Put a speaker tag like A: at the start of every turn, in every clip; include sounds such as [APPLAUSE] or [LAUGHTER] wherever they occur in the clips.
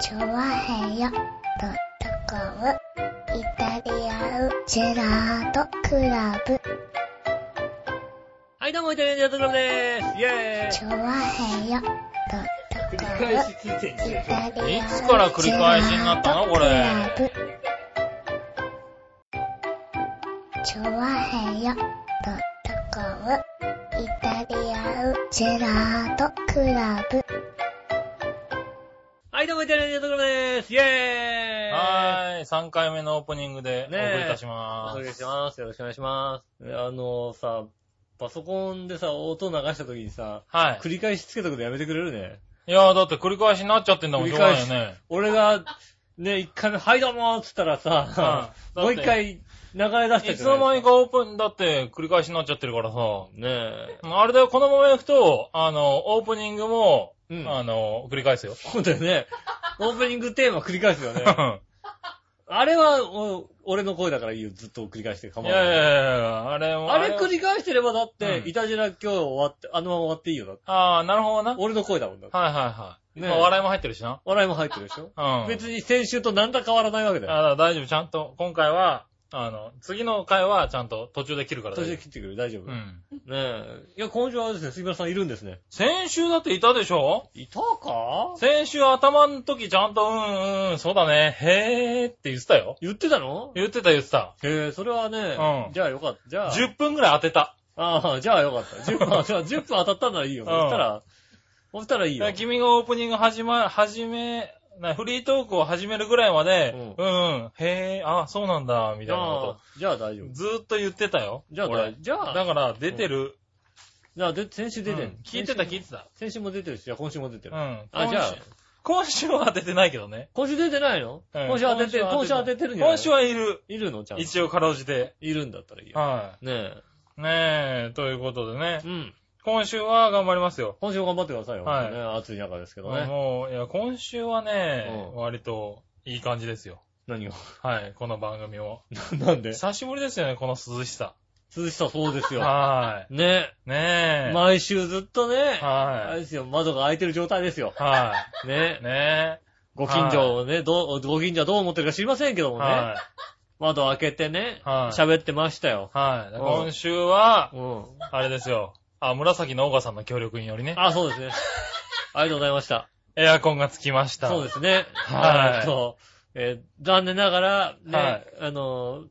A: チョワヘヨドットコムイタリアンジェラートクラブ
B: はい、どうも、イタリアンジェラートクラブでーす。イェーイ
A: チョワヘヨドットコム
C: ついてん
A: イタリアンジェラートクラブ
B: いつから繰り返しになったのこれ
A: チョワヘヨドットコムイタリアンジェラートクラブ
C: はい、どうも、イタリアンジェラートクラブでーす。イェーイい。
B: はーい、3回目のオープニングでお
C: ねえ
B: 送りいたし
C: お
B: ます。
C: 願いします。よろしくお願いします。あのさ、パソコンでさ、音流した時にさ、
B: はい。
C: 繰り返しつけたことやめてくれるね。
B: いやー、だって繰り返しになっちゃってんだもん、
C: 繰り
B: しょうが
C: 返
B: ない
C: し
B: よね。
C: 俺が、ね、一回目、はい、どうもーっつったらさ、
B: うん
C: もう一回流れ出した
B: いつの間に
C: か。
B: かオープン、だって繰り返しになっちゃってるからさ。
C: ねえ。
B: あれだよ、このまま行くと、あの、オープニングも、
C: うん
B: あの、繰り返すよ。
C: そうだよね。オープニングテーマ繰り返すよね
B: い。や
C: あれは、お俺の声だからいいよ。ずっと繰り返して
B: [LAUGHS] い
C: 構わない。
B: やいやいや、あれも。
C: あれ
B: は
C: 繰り返してればだって、
B: うん
C: イタジラ今日終わって、あのまま終わっていいよだって。
B: あー、なるほどな。はい
C: 俺の声だもんだって。
B: はいはい。
C: ねえ
B: まあ笑いも入ってるしな。
C: 笑いも入ってるでしょ
B: うん。
C: 別に先週と何ら変わらないわけだよ。
B: あだから大丈夫、ちゃんと、今回は、あの、次の回はちゃんと途中で切るから
C: 途
B: 大
C: 中で
B: 丈夫。
C: 切ってくる。大丈夫。
B: う
C: ね
B: ん。
C: え。いや、今週はですね、杉村さんいるんですね。
B: 先週だっていたでしょ
C: いたか
B: 先週頭の時ちゃんと、うんうん、そうだね、へーって言ってたよ。
C: 言ってたの
B: 言ってた言ってた。
C: へえ、それはね、
B: うん
C: じゃあよかった。じゃあ、
B: 10分ぐらい当てた。
C: ああ、じゃあよかった。10分、あじ [LAUGHS] ゃあ10分当たったならいいよ。
B: うん
C: そしたら、そしたらいいよ。
B: 君がオープニング始ま、始め、なフリートークを始めるぐらいまで、
C: う
B: うん、うん、へー、あ、そうなんだ、みたいな
C: あ
B: こ
C: あじゃあ大丈
B: と
C: 夫。。
B: ずーっと言ってたよ。
C: じゃあ
B: 俺
C: 大、じゃ
B: だ
C: あ、
B: から出てる。
C: じゃあで先週出て
B: う
C: る
B: ん。聞いてた聞いてた。
C: 先週も出てるし、じゃあ今週も出て
B: う
C: る。
B: ん。
C: あ、じゃあ、
B: 今週は出てないけどね。
C: 今週出てないの、
B: うん
C: 今週当ててる、今週当ててるんじゃない
B: 今週はいる。
C: いるのちゃんと。
B: 一応かろうじて。
C: いるんだったらいいよ。
B: は
C: ね
B: い。ねえ、ということでね
C: え。う。ん。
B: 今週は頑張りますよ。
C: 今週も頑張ってくださいよ。
B: は
C: 本
B: い
C: 当にね、暑い中ですけどね。
B: もう、いや、今週はね、
C: うん
B: 割といい感じですよ。
C: 何を [LAUGHS]
B: はい、この番組も。
C: なんで
B: 久しぶりですよね、この涼しさ。
C: 涼しさそうですよ。
B: は
C: ね
B: い。ねえ。
C: 毎週ずっとね、あれ
B: は
C: ですよ、窓が開いてる状態ですよ
B: い。。は
C: ね
B: い。。ね
C: ご近所をね、どう、ご近所はどう思ってるか知りませんけど
B: え。
C: も
B: は
C: ね。
B: い。
C: 窓開けてね、
B: はい
C: 喋ってましたよ。
B: はい。
C: うん
B: 今週は
C: う、ん。
B: あれですよ。あ、紫のオーガさんの協力によりね、
C: あ、そうです
B: [LAUGHS]
C: ね。ありがとうございました。
B: エアコンがつきました。
C: そうですね。
B: はい
C: えっと、えー残念ながら、ね、
B: はい
C: あのー、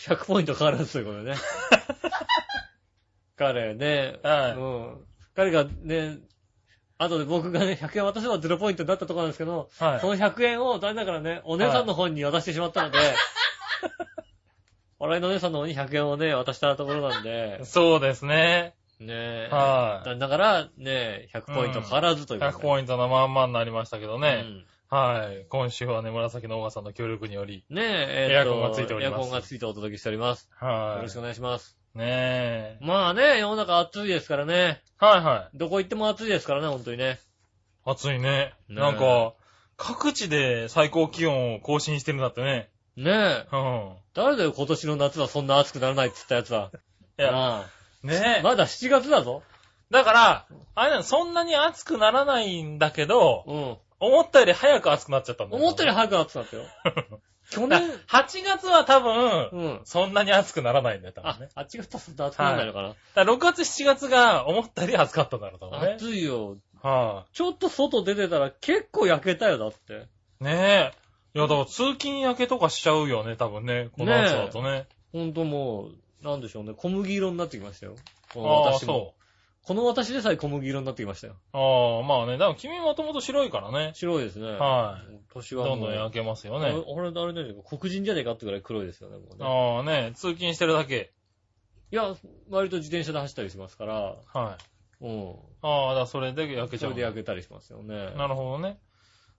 C: 100ポイント変わらずということ
B: [LAUGHS]
C: でね。彼ね、
B: はい
C: うん。彼がね、後で僕がね、100円渡せば0ポイントになったところなんですけど、
B: はい
C: その100円を残念ながらね、お姉さんの方に渡してしまった
B: [LAUGHS]
C: ので、笑いのお姉さんの方に100円をね、渡したところなんで、
B: そうですね。
C: ね
B: は
C: 残
B: い
C: 念ながら、ね、100ポイント変わらずということ
B: 100
C: で。
B: ポイントのまんまになりましたけどね。
C: うん
B: はい。今週はね、紫のオーガさんの協力により。
C: ねえ、え
B: エ
C: ー
B: ア
C: と
B: コンがついておりま
C: エ
B: す
C: アコンがついてお届けしております。よ
B: は
C: ろしくお願いします。
B: い。ねえ。
C: まあね、世の中暑いですからね。
B: はいは
C: どこ行っても暑いですからね、本当にね。
B: い。暑いね。
C: ねえ
B: なんか、各地で最高気温を更新してるんだってね。
C: ねえ。
B: うん。
C: 誰だよ、今年の夏はそんな暑くならないって言ったやつは。
B: いや、
C: なあ
B: ねえ。
C: まだ7月だぞ。
B: だから、あれなの、そんなに暑くならないんだけど、
C: うん。
B: 思ったより早く暑くなっちゃったんだよ
C: 思ったより早く暑くなっ
B: [LAUGHS]
C: たよ。去
B: だ
C: 年、
B: 8月は多分、
C: うん。
B: そんなに暑くならないんだよ、多
C: あ
B: 分ね。、
C: あっちがたそんな暑くならないのか
B: だから6月、7月が思ったより暑かったんだろう、多分
C: な。
B: ね。
C: 暑いよ。
B: は
C: ちょっと外出てたら結構焼けたよ、だって。
B: い。ねえ。いや、だから通勤焼けとかしちゃうよね、多分ね。この暑さだとね。
C: ほんともう、なんでしょうね、小麦色になってきましたよ。この
B: ああ、
C: 私も。
B: そう。
C: この私でさえ小麦色になってきましたよ。
B: ああ、まあね。でも君もともと白いからね。
C: 白いですね。
B: はい。
C: 年はもう。
B: どんどん焼けますよ
C: 俺
B: ね。
C: 俺、あれだけど、黒人じゃねえかってぐらい黒いですよね、もうね。
B: ああね、通勤してるだけ。
C: いや、割と自転車で走ったりしますから、
B: はい。
C: うん。
B: ああ、だからそれで焼けち
C: そ
B: ゃう
C: れ。で焼けたりしますよね。
B: なるほどね。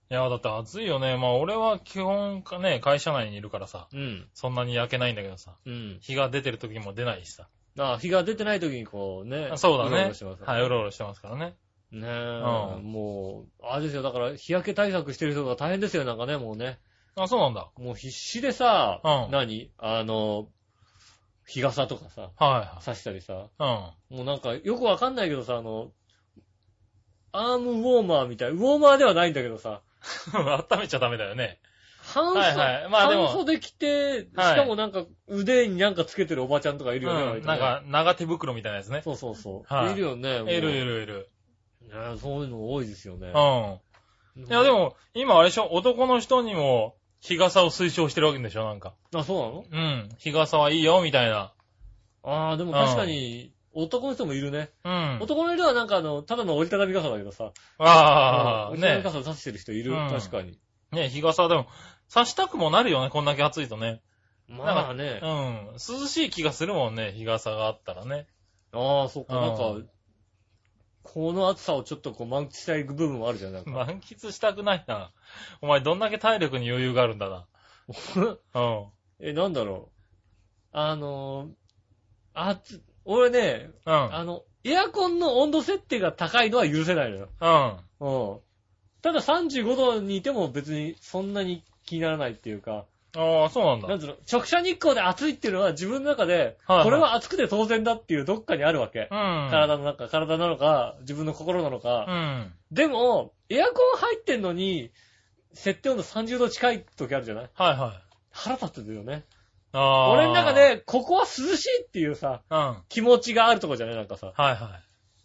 B: いや、だって暑いよね。まあ俺は基本かね、会社内にいるからさ、
C: うん。
B: そんなに焼けないんだけどさ、
C: うん。
B: 日が出てる時も出ないしさ。
C: あ日が出てない時にこうね。
B: そうだ
C: ろ
B: ね
C: ろしてます。
B: はい、うろうろしてますからね。
C: ねえ、
B: うん
C: もう、あれですよ、だから日焼け対策してる人が大変ですよ、なんかね、もうね。
B: あ、そうなんだ。
C: もう必死でさ、
B: うん
C: 何あの、日傘とかさ、
B: は
C: 差したりさ、
B: いは
C: もうなんかよくわかんないけどさ、あの、アームウォーマーみたい、ウォーマーではないんだけどさ、
B: [LAUGHS] 温めちゃダメだよね。
C: 半袖、
B: はいはいまあでも
C: 半袖着て、し
B: はい
C: かもなんか腕になんかつけてるおばちゃんとかいるよね、
B: うん、
C: 割と
B: な
C: ね
B: ん、か、長手袋みたいなやつね。
C: そうそうそう。
B: はい
C: い、るよね。もう
B: いるいるいる。
C: ねそういうの多いですよね。
B: う
C: い
B: ん。いやで、も、今あれでしょ、男の人にも日傘を推奨してるわけでしょ、なんか。
C: あ、そうなの
B: うん。日傘はいいよ、みたいな。
C: ああ、でも確かに、男の人もいるね。
B: うん。
C: 男の人はなんかあの、ただの折りたたみ傘だけどさ。
B: ああ、
C: 折りたたみ
B: ね。
C: 傘差してる人いる、
B: うん
C: 確かに。
B: ね、日傘でも、差したくもなるよね、こんだけ暑いとね。
C: まあね
B: う。ん。涼しい気がするもんね、日傘があったらね。
C: ああ、そっか、
B: うん
C: なんか、この暑さをちょっとこう満喫したい部分もあるじゃん。なんか
B: 満喫したくないな。お前どんだけ体力に余裕があるんだな。うん。
C: え、なんだろう。あのー、あつ、俺ね、
B: うん。
C: あの、エアコンの温度設定が高いのは許せないのよ。
B: うん。
C: うん。ただ35度にいても別にそんなに気にならないっていうか、
B: ああ、そうなんだ。
C: なんつうの、直射日光で暑いっていうのは自分の中で、
B: はいはい
C: これは暑くて当然だっていうどっかにあるわけ。
B: うん。
C: 体の中、体なのか、自分の心なのか。
B: うん。
C: でも、エアコン入ってんのに、設定温度30度近い時あるじゃない
B: はいはい。
C: 腹立ってるよね。
B: ああ。
C: 俺の中。で、ここは涼しいっていうさ、
B: うん。はい
C: 気持ちがあるとこじゃないなんかさ。
B: は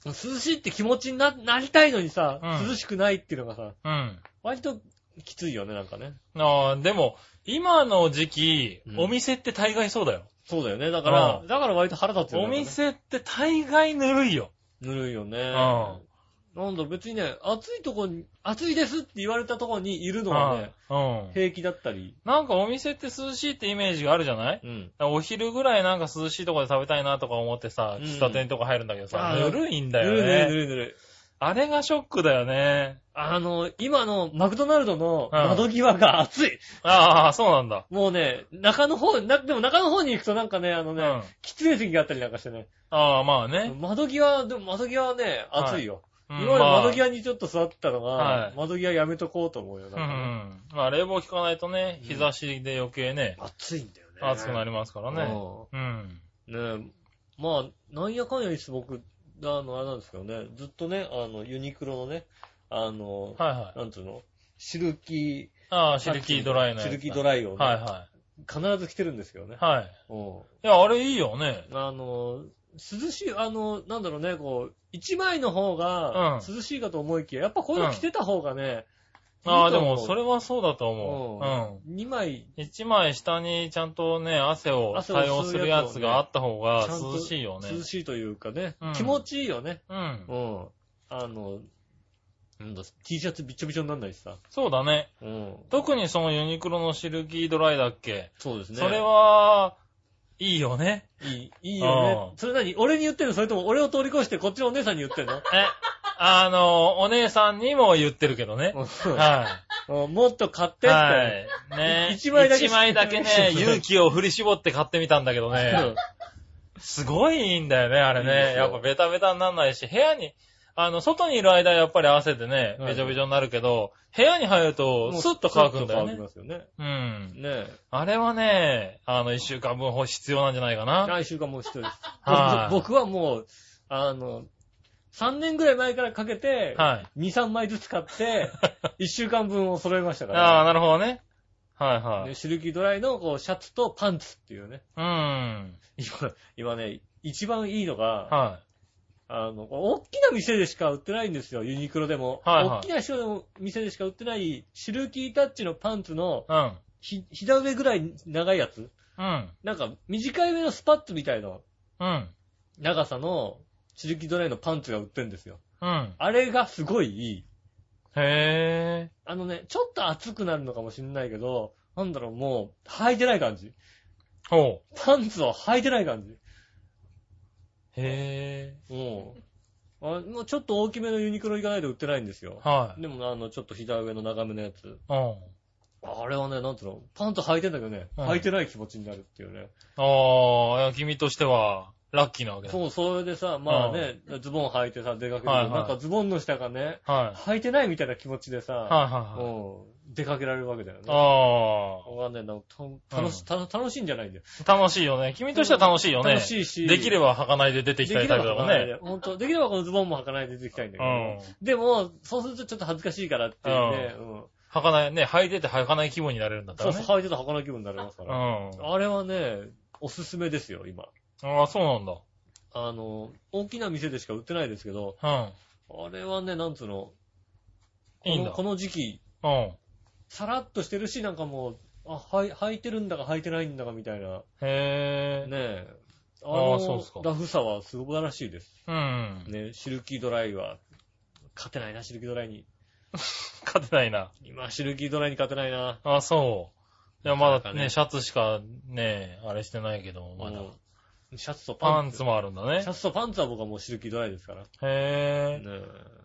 B: い。
C: 涼しいって気持ちにな、なりたいのにさ、
B: うん
C: 涼しくないっていうのがさ、
B: うん。
C: 割ときついよね、なんかね。
B: ああ、でも、今の時期
C: う、ん
B: お店って大概そうだよ。
C: そうだよね。だから
B: う、
C: だから割と腹立つよね。
B: お店って大概ぬるいよ。
C: ぬるいよね。
B: ん
C: なんだろう、別にね、暑いとこに、暑いですって言われたとこにいるのはね、
B: うん。
C: 平気だったり。
B: なんかお店って涼しいってイメージがあるじゃない
C: うん。
B: お昼ぐらいなんか涼しいとこで食べたいなとか思ってさ、
C: うん
B: 喫茶店とか入るんだけどさ、
C: あー
B: ぬるいん
C: ぬ
B: だ
C: るいぬる
B: よ
C: いぬ
B: ね。
C: るいぬるい。
B: あれがショックだよね。
C: あの、今のマクドナルドの
B: うん
C: 窓際が暑い。
B: ああ、そうなんだ。
C: もうね、中の方、な、でも中の方に行くとなんかね、あの
B: う
C: ね、
B: ん。あ
C: 喫煙席があったりなんかしてね。
B: あ、まあね。
C: 窓際、でも窓際はね、
B: はい
C: 暑いよ。
B: うん
C: 今まで
B: まあ
C: 窓際にちょっと座ってたのが、
B: はい
C: 窓際やめとこうと思うよ。なん
B: う
C: かね
B: ん。まあ冷房効かないとね、日差しで余計ね、
C: 暑いんだよね。
B: 暑くな
C: る
B: りますからね。うん。
C: ねえ、まあ、なんやかんやいつ僕、あの、あれなんですけどね、ずっとね、あの、ユニクロのね、あの、
B: はいはい。
C: なんつうの、シルキ
B: ああ、
C: ー、
B: シルキードライのや
C: シ
B: つだ。
C: ルキードライをね、
B: はいは
C: 必ず着てるんですけどね
B: い。。はい。
C: うん
B: いや、あれいいよね。
C: あの、涼しい、あの、なんだろうね、こう、一枚の方が
B: う
C: 涼しいかと思いきや、やっぱこういうの着てた方がね、
B: ああ、でもそ
C: れ、
B: れはそうだと思う。
C: うん。2枚、
B: うん。一枚下にちゃんとね、汗を
C: 汗を吸う
B: 対応するやつがあった方が
C: ちゃんと
B: 涼しいよね。
C: 涼しいというかね、
B: うん
C: 気持ちいいよね。
B: うん
C: う。ん。あの、なんだ、T シャツびちょびちょになんないしさ。
B: そうだね。
C: うん。
B: 特にそのユニクロのシルキードライだっけ
C: そうですね。
B: それは、いいよね。
C: いい、いいよね
B: う。ん
C: それ何俺に言ってんのそれとも俺を通り越してこっちのお姉さんに言ってん
B: [LAUGHS]
C: の
B: え、あの、お姉さんにも言ってるけどね。は
C: うんもっと買って
B: い。
C: って。
B: はい。ね
C: 一枚だけ
B: 一枚だけね
C: そう、そう
B: 勇気を振り絞って買ってみたんだけど
C: う
B: ね
C: ん。
B: すごいいいんだよね、あれ
C: いいです
B: ね。
C: よ
B: やっぱベタベタになんないし、部屋に、あの、外にいる間やっぱり汗でね、
C: はい
B: べちょべちょになるけど、部屋に入ると
C: もう
B: スッと乾くんだよ
C: スッと乾き
B: ね。
C: ますよね。
B: うん。
C: ねえ。
B: あれはね、あの、一週間分必要なんじゃないかな。
C: 来週がもう一人です。
B: はい
C: 僕僕はもう、あの、3年ぐらい前からかけて、
B: はい。
C: 2、3枚ずつ買っ
B: [LAUGHS]
C: て、1週間分を揃えましたか
B: ああ、
C: ら
B: なるほどね。はいは
C: ね。
B: い。
C: シルキードライのこうシャツとパンツっていうね。
B: うん。
C: 今、今ね、一番いいのが、
B: は
C: あの、大きな店でしか売ってないんですよ、ユニクロでも。
B: はいはい
C: 大きな人の店でしか売ってない、シルキータッチのパンツの
B: い。うん。
C: ひ、膝上ぐらい長いやつ
B: うん。
C: なんか、短い目のスパッツみたいな
B: うん。
C: 長さの、シルキードライのパンツが売ってるんですよ。
B: うん。
C: あれがすごいいい。
B: へ
C: あのね、ちょっと熱くなるのかもしれないけど、なんだろう、もう、履いてない感じ。
B: ぇー。ほう。
C: パンツを履いてない感じ。
B: へ
C: うん。あもうちょっと大きめのユニクロ行かないと売ってないんですよ
B: ぇ。ー。はい。
C: でも、あの、ちょっと膝上の長めのやつ。
B: うん。
C: あれはね、なんつうの、パンツ履いてんだけどね、
B: うん
C: 履いてない気持ちになるっていうね。
B: ああ、いや君としては、ラッキーなわけだ。
C: そう、それでさ、まあね、ズボン履いてさ、出かけるけど、
B: はいはい
C: なんかズボンの下がね、
B: はい。
C: 履いてないみたいな気持ちでさ、
B: はいはいは
C: う
B: い。
C: ん、出かけられるわけだよね。
B: あ
C: わかんないな、た楽し、た楽しいんじゃないんだよ。
B: あ、楽しいよね。君としては楽しいよね。
C: 楽しいし、
B: できれば履かないで出て
C: で
B: き
C: き
B: た
C: れ
B: いタ
C: ば
B: イプだも
C: 履
B: ん
C: かないで、
B: ね。
C: ほんと、できればこのズボンも履かないで出てきたいんだけ
B: う
C: ど、
B: ん。
C: でも、そうするとちょっと恥ずかしいからっていうね、うん。
B: 履かない、ね、履いてて履かない気分になれるんだった
C: そう
B: ら
C: そう、
B: ね。
C: 履いてたら履かない気分になりますか
B: う
C: ら。
B: ん。
C: あれはね、おすすめですよ、今。
B: ああ、そうなんだ。
C: あの、大きな店でしか売ってないですけど、あれはね、なんつうの、
B: うん。いいんだ。
C: このこの時期、
B: うん。
C: さらっとしてるし、なんかもう、あ、はい、履いてるんだか履いてないんだかみたいな。
B: へ
C: ねえ。
B: え。
C: あ
B: ああ
C: の
B: そうですか
C: ラフさは素晴らしいです。
B: うん。
C: ね、シルキードライは、勝てないな、シルキードライに。
B: 勝てないな。
C: 今、シルキードライに勝てないな。
B: ああ、そう。いや、ま
C: なか
B: だ
C: なかね
B: ね、シャツしかね、あれしてないけど、まだ。
C: うんシャツと
B: パ
C: パン
B: ン
C: ツ。
B: ツもあるんだね
C: シャ。ツとパンツは僕はもうシルキードライですから。ね
B: へえ。
C: え。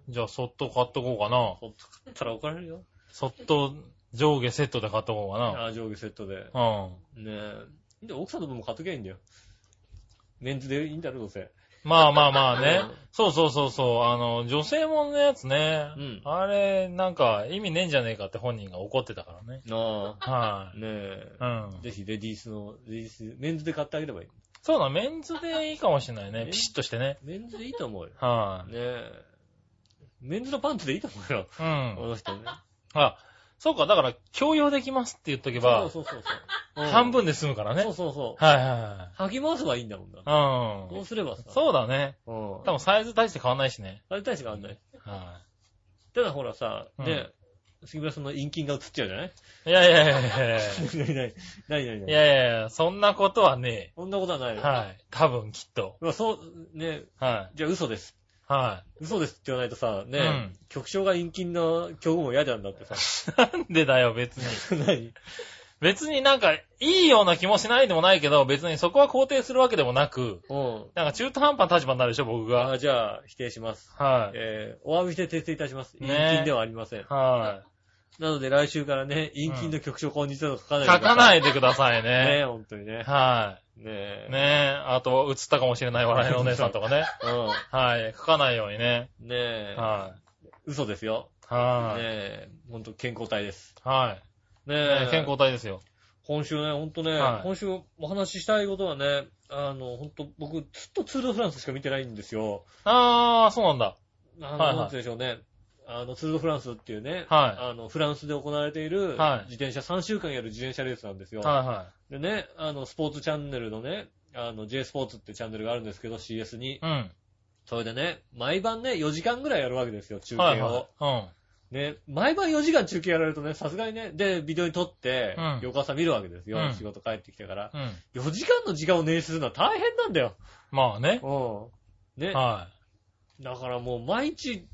B: じゃあ、そっと買っとこうかな。
C: ほっと買ったら怒られるよ。
B: そっと上下セットで買っとこうか
C: ああ、上下セットで。
B: な。うん。
C: ねえ。で、奥さんの分も買っときゃいいんだよ。メンズでいいんだろ、どうせ。
B: まあまあまあね
C: うん。
B: そうそうそうそう。あの、女性もんのやつね。
C: うん
B: あれ、なんか、意味ねえんじゃねえかって本人が怒ってたからね。
C: あ
B: は
C: あ。
B: い、
C: ねえ。
B: うん。
C: ぜひレディースの、レディース、メンズで買ってあげればいい。
B: そうだ、メンズでいいかもしれないね。
C: ね
B: ピシッとしてね。
C: メンズでいいと思うよ。
B: は
C: ね
B: い、
C: え。メンズのパンツでいいと思うよ。
B: うん。
C: この人ね。
B: あ、そうか、だから、共用できますって言っとけば、
C: そうそうそうそう。うん
B: 半分で済むからね。
C: そうそうそ
B: はいは
C: う。吐き回せばいいんだもんな。
B: いはい。。
C: そううんすればさ。
B: そうだね。
C: う。うん。
B: 多分サイズ大して変わんないしね。
C: あれ大して変わんない。
B: は
C: ただほらさ、
B: うん
C: ね、杉村さんの陰菌が映っちゃうじゃない [LAUGHS]
B: い。いやいやいやい [LAUGHS] やいや。
C: 何何何何
B: い
C: 何
B: やいやいや、そんなことはね
C: そんなことはない
B: え。
C: よ。
B: はい。多分きっと。
C: まあそう、ね、
B: は
C: じゃあ嘘です。
B: い。は
C: 嘘ですって言わないとさ、ね、
B: うん
C: 局長が陰菌の局も嫌じゃんだってさ。 [LAUGHS]
B: い。 [LAUGHS] なんでだよ、別に。
C: 何
B: 別になんか、いいような気もしないでもないけど、別にそこは肯定するわけでもなく、
C: うん。
B: なんか中途半端な立場になるでしょ、僕
C: あ
B: が。
C: じゃあ、否定します。
B: はい。
C: えー、お詫びして訂正いたします。
B: ね
C: 陰菌ではありません。
B: は。
C: なので来週からね、陰菌の局長こんにちはとか書かないい。
B: 書かないいでください
C: ね、
B: ね。
C: 本当にね。
B: は
C: ね
B: い。ねえ、あと、映ったかもしれない笑いのお姉さんとかね。
C: う
B: はい。書かないようにね。
C: ん。ねえ。
B: は
C: 嘘ですよ。
B: い。
C: ね
B: はい。
C: え。ほんと健康体です。
B: はい。
C: ね
B: ね
C: え
B: え。健康体ですよ。
C: 今週ね、ほんとね、
B: はい
C: 今週お話ししたいことはね、あの、ほんと僕、ずっとツールドフランスしか見てないんですよ。
B: あー、そうなんだ。
C: あの、
B: はいはい
C: なんて言うんでしょうね。あの、ツールドフランスっていうね、
B: はい
C: あの、フランスで行われている、
B: はい
C: 自転車、3週間やる自転車レースなんですよ。
B: はいは
C: でね、あの、スポーツチャンネルのね、あの、J スポーツってチャンネルがあるんですけど、CS に。
B: い。うん。
C: それでね、毎晩ね、4時間ぐらいやるわけですよ、中継を。
B: はいはい。
C: ね、毎晩4時間中継やられるとね、さすがにね、で、ビデオに撮って
B: うん、
C: 翌朝見るわけですよ、
B: うん
C: 仕事帰ってきてから。
B: うん。うん。
C: 4時間の時間を捻出するのは大変なんだよ。
B: まあね。
C: うん。ね、
B: は
C: だからもう毎日、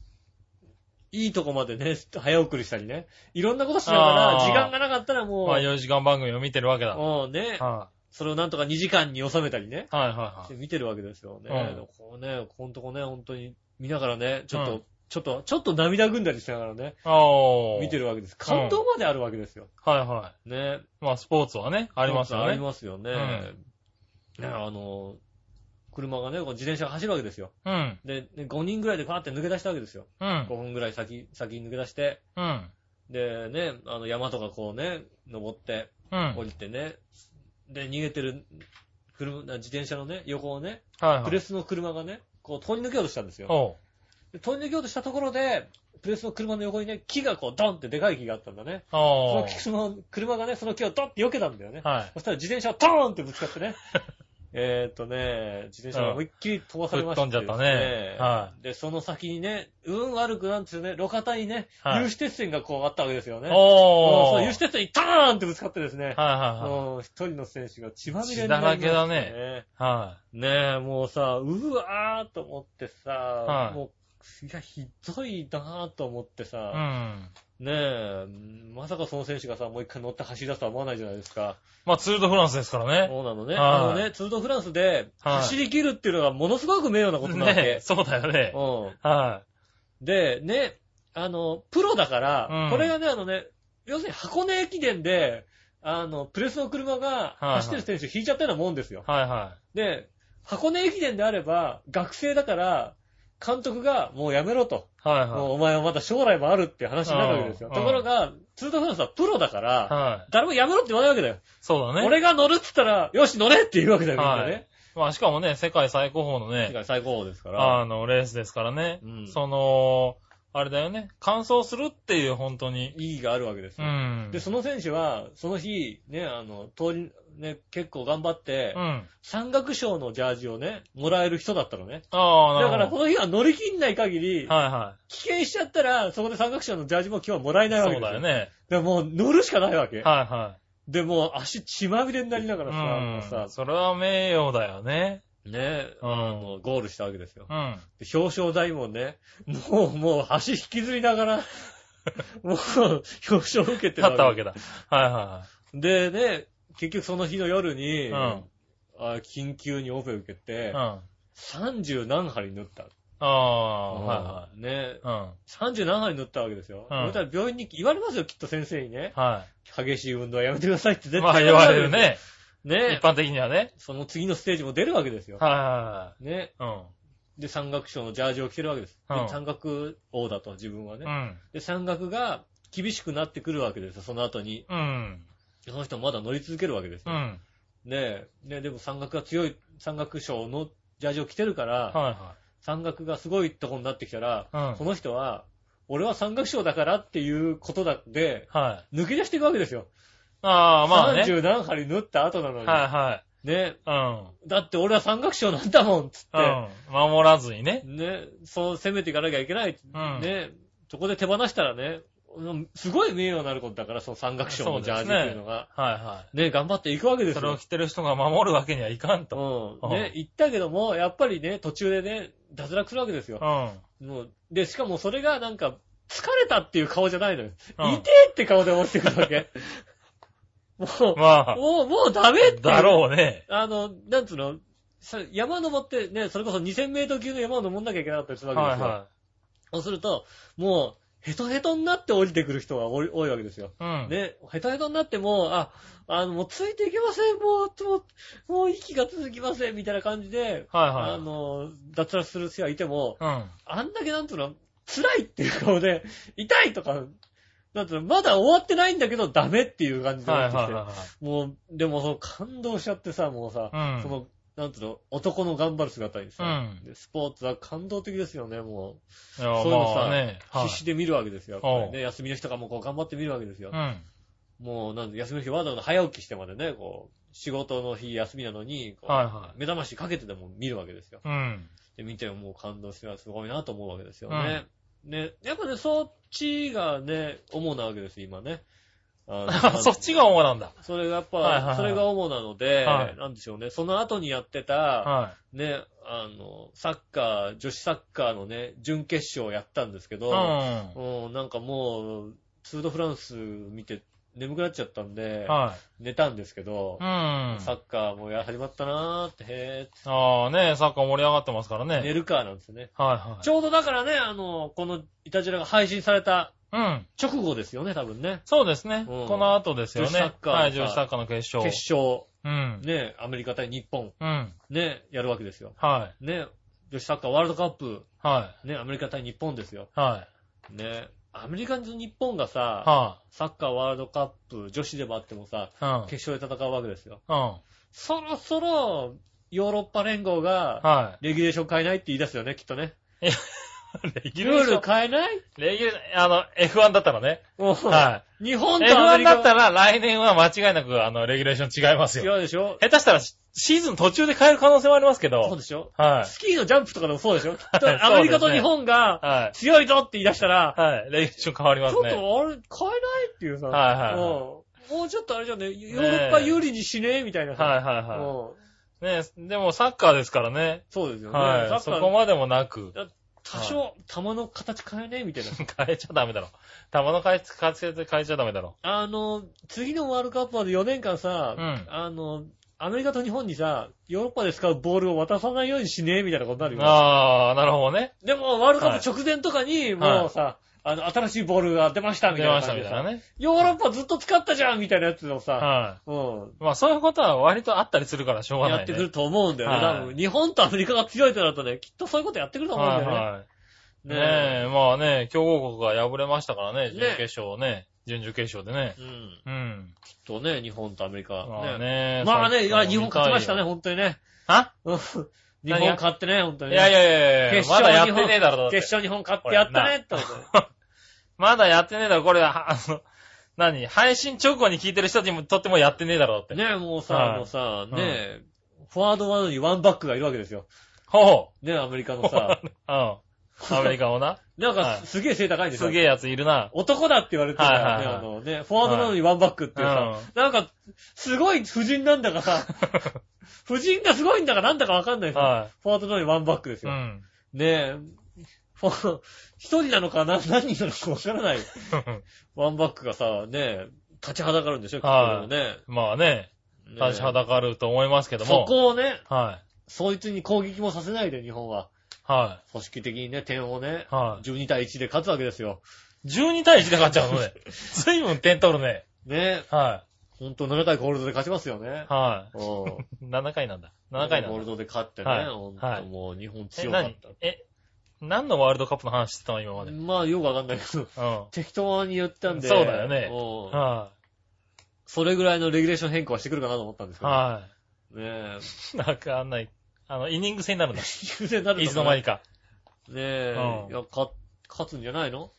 C: いいとこまでね、早送りしたりね、いろんなことしながら、
B: あー
C: 時間がなかったら
B: い。
C: もう、
B: まあ4時間番組を見てるわけだ。はい。
C: うん、ね、
B: は
C: それをなんとか2時間に収めたりね、
B: いはいはい。
C: 見てるわけですよね。
B: うん
C: こうね、このとこね、本当に見ながらね、ちょっと、
B: うん
C: ちょっと、ちょっと涙ぐんだりしながらね、
B: おー。
C: 見てるわけです。感動まであるわけですよ。
B: はいは
C: ね。
B: い。まあ、スポーツはね、ありますよ
C: あり
B: ね。
C: ますよね。
B: うん
C: ねあの、車がね、こう自転車が走るわけですよ。
B: うん、
C: で、ね5人ぐらいでパーって抜け出したわけですよ。
B: う
C: 5
B: ん、
C: 分ぐらい先、先に抜け出して。
B: うん、
C: で、ね、あの山とかこうね、登って、
B: うん。はい
C: 降りてね。で、逃げてる車、自転車のね、横をね、
B: は
C: プレ
B: い。
C: スの車がね、こう通り抜けようとしたんですよ。
B: おう。
C: で通り抜けようとしたところで、プレスの車の横にね、木がこうドンってでかい木があったんだね。そ
B: お
C: の
B: う。
C: 木その車がね、その木をドンって避けたんだよね。
B: はい。
C: そしたら自転車がドーンってぶつか
B: [LAUGHS]
C: ってね。えーっとね、自転車が思いっきり飛ばされました、
B: ぶっ飛んじゃったねは
C: で、その先にね、運悪くなんですよね、路肩にね、
B: はい
C: 有刺鉄線がこうあったわけですよね。
B: お
C: そう
B: ー。
C: 有刺鉄線にドーンってぶつかってですね、
B: はいは
C: もう一人の選手が血まみれになりました、ね。
B: 血だらけだね。いは
C: ねえ、もうさ、うわーと思ってさ、
B: はい
C: もう、いや、ひどいなーと思って
B: い。
C: さ、
B: はい。うん。
C: ねえ、まさかその選手がさ、もう一回乗って走り出すとは思わないじゃないですか。
B: まあ、ツールドフランスですからね。
C: そうなのね。
B: はい
C: あのね、ツールドフランスで
B: はい
C: 走り切るっていうのがものすごく名誉なことなわけ。
B: ねそうだよね。
C: う
B: は
C: ん。で、ね、あの、プロだから、
B: うん
C: これがね、あのね、要するに箱根駅伝で、あの、プレスの車が走ってる選手引いちゃったようなもんですよ
B: い。。はいは
C: で、箱根駅伝であれば、学生だから、監督がもうやめろと。
B: い。はい
C: もう
B: は
C: お前はまだ将来もあるって話になるわけですよ。
B: うん
C: ところが、ツールドフランスはプロだか
B: い。
C: ら、
B: はい。
C: 誰もやめろって言わないわけだよ。
B: そうだね。
C: 俺が乗るって言ったら、よし乗れって言うわけだよ、みんな
B: は
C: ね
B: い。まあ、しかもね、世界最高峰の
C: 世
B: ね、
C: 界最高峰ですから。
B: あの、レースですからね
C: うん。
B: その、あれだよね、乾燥するっていう、本当に。
C: 意義があるわけです
B: う
C: よ。
B: ん。
C: で、その選手は、その日、ね、あの、通り、ね、結構頑張って
B: う、ん。
C: 山岳賞のジャージをね、もらえる人だったのね。
B: ああ、
C: だか
B: なる
C: ら、
B: ほ
C: こ
B: ど。
C: の日は乗り切んない限り、
B: はいは
C: 棄権しちゃったら、そこで山岳賞のジャージも今日はもらえ
B: い。
C: ないわけ
B: そ
C: で
B: う
C: すよ。
B: だよね。
C: でもう乗るしかないわけ。
B: はいは
C: で、もう足血まみれになりなが
B: い。う。
C: らさ、もうんさ、
B: それは名誉だよね。
C: ね、
B: う
C: あ
B: ん。
C: の、ゴールしたわけですよ。
B: うん。
C: で表彰台もね、もう、もう足引きずりなが
B: [LAUGHS]
C: ら、もう、表彰を受けて
B: 立ったわ
C: け
B: けだ。はいは
C: でね、結局その日の夜に、
B: いはい。
C: あ緊急にオペを受け
B: う
C: て
B: ん。うん。、あ
C: 30何針縫った。
B: あ、は
C: うんね
B: い、は
C: 30何針縫ったわけですよ。
B: うん
C: そしたら病院に言われますよ、きっと先生にね。
B: い。うん。は
C: 激しい運動はやめてくださいって
B: い。
C: 絶
B: まあ
C: 対
B: 言われ
C: われる。
B: るね。一
C: ね。
B: 般的にはね。
C: その次のステージも出るわけですよ。
B: はいは
C: ね。
B: いは
C: で、山岳賞のジャージを着てるわけです。で
B: うん。
C: 山岳王だと、自分はいね
B: う。ん。
C: で、山岳が厳しくなってくるわけですよ、その後に。
B: うん。うん。
C: その人もまだ乗り続けるわけです
B: う
C: よ。
B: ん。
C: ねえ、ねえでも山岳が強い、山岳賞のジャージを着てるから、
B: は
C: 山岳がすごいとこになってきたら、
B: いはい。う
C: こ
B: ん。
C: の人は、俺は山岳賞だからっていうことだって、
B: はい。
C: 抜け出していくわけですよ。
B: ああ、まあね。
C: 30何針縫った後なのに。
B: はいは
C: ね
B: い。うん。
C: だって俺は山岳賞なんだもん、つって。
B: うん。守らずにね。
C: ね、そう攻めていかなきゃいけない。
B: うん
C: ね、そこで手放したらね、うんすごい名誉になることだから、その山岳賞のジャージっていうのが。
B: はいは
C: ね頑張っていくわけで
B: い。
C: す
B: そ
C: よ。
B: れを着てる人が守るわけにはいかんと。
C: うん。
B: う
C: ね
B: ん、
C: 言ったけども、やっぱりね、途中でね、脱落するわけです
B: う
C: よ。
B: ん。
C: もうで、しかもそれがなんか、疲れたっていう顔じゃないのよ。
B: うん
C: 痛えって顔で落ちてくるわ
B: [LAUGHS]
C: け。もう、
B: まあ、
C: もう、もうダメって。
B: だろうね。
C: あの、なんつうの、さ山登ってね、それこそ2000メートル級の山を登んなきゃいけなかったりする
B: はい
C: わけですよ。
B: は
C: そうすると、もう、ヘトヘトになって降りてくる人が多い多いわけですよ。
B: い。うん。
C: ね、ヘトヘトになってもう、あ、あの、もうついていけません、もう、もう、もう息が続きません、みたいな感じで、
B: はい
C: あ
B: はい。
C: の、脱落する人がいても、
B: うん。
C: あんだけなんつうの、辛いっていう顔で、痛いとか、なんつうの、まだ終わってないんだけど、ダメっていう感じで
B: はい
C: 降り
B: は
C: て
B: い
C: きて、
B: は
C: もう、でもその感動しちゃってさ、もうさ、
B: うん
C: その、なんつうの、男の頑張る姿にさ、
B: うん
C: でスポーツは感動的ですよね、もう。
B: い。いや、
C: そういうの
B: ま
C: さ
B: あね。はい
C: 必死で見るわけですよ。やっぱ
B: お
C: り
B: う
C: ね、休みの日とかもこう頑張って見るわけですよ
B: う。ん。
C: もう、なんで、休みの日わざわざ早起きしてまでね、こう、仕事の日休みなのに、こう
B: はいは
C: 目覚ましかけてでも見るわけですよ。[LAUGHS]
B: い。うん。
C: で、見てもう感動してはすごいなと思うわけですよね。ね、やっぱね、そっちがね、主なわけです、今ね。あの
B: [LAUGHS] そっちが主なんだ。
C: それがやっぱ、
B: はいはいはい
C: それが主なので、
B: はい
C: なんでしょうね、その後にやってた、
B: は
C: ね、あの、サッカー、女子サッカーのね、準決勝をやったんですけ
B: い。
C: ど、
B: うん。
C: うん、なんかもう、ツードフランス見て眠くなっちゃったんで、
B: は
C: 寝たんですけど
B: い。う、ん。
C: サッカーもや始まったなーって、へ
B: ああね、サッカー盛り上がってますか
C: ー
B: ら
C: 寝
B: ね。
C: るかなんですね。
B: はいはい
C: ちょうどだからね、あの、このイタジラが配信された。
B: うん。
C: 直後ですよね、多分ね。
B: そうですね。
C: うん
B: この後ですよ
C: 女子サ
B: ね
C: ッ。カー
B: はい、女子サッカーの決勝。
C: 決勝、
B: うん。
C: ね、アメリカ対日本、
B: うん。
C: ね、やるわけですよ。
B: はい。
C: ね、女子サッカーワールドカップ、
B: は
C: ね、アメリカ対日本ですよ。
B: い。はい。
C: ね、アメリカと日本がさ、
B: は
C: サッカーワールドカップ、女子でもあってもさ、
B: い。うん。
C: 決勝で戦うわけですよ。
B: うん。
C: そろそろ、ヨーロッパ連合が、
B: は
C: レギュレーション変えないって言い出すよね、きっとね。
B: い。レギュ
C: ル
B: レーショ
C: ール
B: ン。
C: 変えない
B: レギュレーション、あの、F1 だったらね。
C: は。
B: はい
C: 日本
B: い。
C: とアメ
B: F1
C: リカ
B: だったら来年は間違いなく、あの、レギュレーション違いますよ。
C: 違うでしょ
B: 下手したらシシーズン途中で変える可能性もありますけ
C: そう
B: ど。
C: でしょ
B: はい。
C: スキーのジャンプとかでもそうでしょきっ
B: はい
C: とアメリカと日本が
B: は
C: 強いぞって言い出したら
B: い。、はい。レギュレーション変わりま
C: ち
B: す
C: ょっとあれ
B: ね。
C: 変えないっていうさ、
B: はいはいはい
C: うんもうちょっとあれじゃね、ヨーロッパ有利にしねえみたいなさ、
B: はいはいは
C: うん
B: い。ねでもサッカーですからね。
C: そうですよね。サ
B: はい。
C: ッ
B: そ
C: カ
B: こ
C: ー
B: までもなく。 [LAUGHS]
C: 多少球の形変えねえみたいな。
B: 変えちゃダメだろ。球の回活躍変えちゃダメだろ。
C: あの、次のワールドカップまで4年間さ、
B: うん
C: あの、アメリカと日本にさ、ヨーロッパで使うボールを渡さないようにしねえみたいなことになるよ。
B: ああ、なるほどね。
C: でも、ワールドカップ直前とかに、もうさ、あの、新しいボールが出ましたみたい
B: 出
C: な
B: ました
C: 感じ
B: み
C: で
B: た
C: さ
B: いなね。
C: ヨーロッパずっと使ったじゃんみたいなやつをさ、
B: は
C: うん。
B: い。まあそういうことは割とあったりするからしょうがない、ね。
C: やってくると思うんだよね。
B: はい
C: 多分日本とアメリカが強いとなるとね、きっとそういうことやってくると思うんだよね。
B: はいはい。
C: ね
B: ねえ、まあね、強豪国が敗れましたからね、
C: ね
B: 準決勝ね、準々決勝でね。
C: うん。
B: うん。
C: きっとね、日本とアメリカ。
B: まあ
C: ね
B: ね。
C: まあね、
B: サッカー
C: あ日本勝ちましたね、
B: 見いよ。
C: 本当にね。
B: あ
C: うん日本買ってね、本当
B: い
C: にね。
B: やいやいやいや
C: 決
B: ま
C: 勝
B: だやっ
C: 日
B: て
C: 本
B: ねえだろ、だっ
C: 決
B: て。
C: 勝日本買ってやったねってことだよ。
B: まだやってねえだろ、これ、はあの、何配信直後に聞いてる人にもとってもやってねえだろ、だって。
C: ねえ、もうさ、
B: はい
C: もうさ、
B: ん
C: ねえ、フォワードなのにワンバックがいるわけですよ。
B: ほうほ
C: ねえ、アメリカのさ。
B: [LAUGHS] う。うん。アメリカ
C: [LAUGHS]
B: もな。
C: なんか、
B: はい
C: すげえ背高いんですよ。
B: すげえやついる
C: [LAUGHS]
B: な。
C: 男だって言われてたからね、
B: はいはいはい
C: あのね、フォワードなのにワンバックっていうさ、
B: はい
C: なんか、すごい夫人なんだか
B: [LAUGHS]
C: さ、夫人がすごいんだかなんだかわかんないですよ
B: は
C: フォワードなのにワンバックです
B: い。う
C: よ。
B: ん。 [LAUGHS]
C: ねえ、フォ一人なのかな、何人なのかわからない。ワンバックがさ、ねえ、立ちはだかるんでしょ、きっ
B: は
C: と
B: い
C: ね。
B: まあね、
C: ねえ
B: 立ちはだかると思いますけど
C: そ
B: も。
C: こをね、
B: は
C: そいつに攻撃もさせないで、日本は。
B: い。は
C: 組織的にね、点をね
B: い。、はい。
C: 12対1で勝つわけですよ。
B: 12対1で勝っちゃうの [LAUGHS] ね。随分点取るね。
C: ねえ、
B: は
C: ほんと7対ゴールドで勝ちますよね
B: い。。は
C: うん。
B: い。7回なんだ。7回な
C: ゴー
B: ん
C: ル
B: だ。
C: ドで勝ってね、
B: はい
C: ほん
B: は
C: と
B: い
C: もう日本
B: え、
C: 強かっ
B: 何え、何のワールドカップの話してたの今ま
C: た。
B: で。うん。
C: まあ、よくわかんないけど、 [LAUGHS]
B: は
C: 適当に言ったんで。
B: そうだよねい。
C: うん。
B: は
C: それぐらいのレギュレーション変更はしてくるかなと思ったんですけど。ねえ、
B: い。なんかあんない、あの、イニング戦になるんだ。
C: 優勢になる
B: [LAUGHS] いつの間
C: に。
B: にか。
C: ねえ、
B: うん
C: いや、勝勝つんじゃないの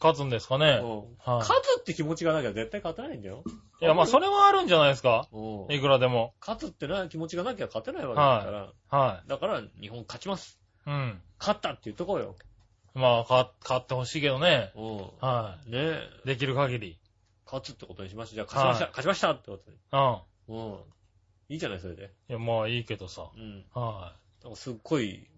B: 勝つんですか
C: う
B: ね。
C: ん。
B: はい
C: 勝つって気持ちがなきゃ絶対勝てないんだよ。
B: いや、まあ、それはあるんじゃないですか。
C: うん。
B: いくらでも。
C: 勝つってな、気持ちがなきゃ勝てないわけだから。
B: は
C: だから、日本勝ちます。
B: い。うん。
C: 勝ったっていうとこよ。
B: まあ、か勝ってほしいけどね。
C: う
B: は
C: ん。ねえ、
B: い。できる限り。
C: 勝つってことにしました。じゃあ、勝ちました、
B: は
C: 勝ちましたってことで。
B: うん。
C: うん。いいじゃない、それで。
B: いや、まあ、いいけどさ。
C: うん。
B: は
C: なんかすっごい、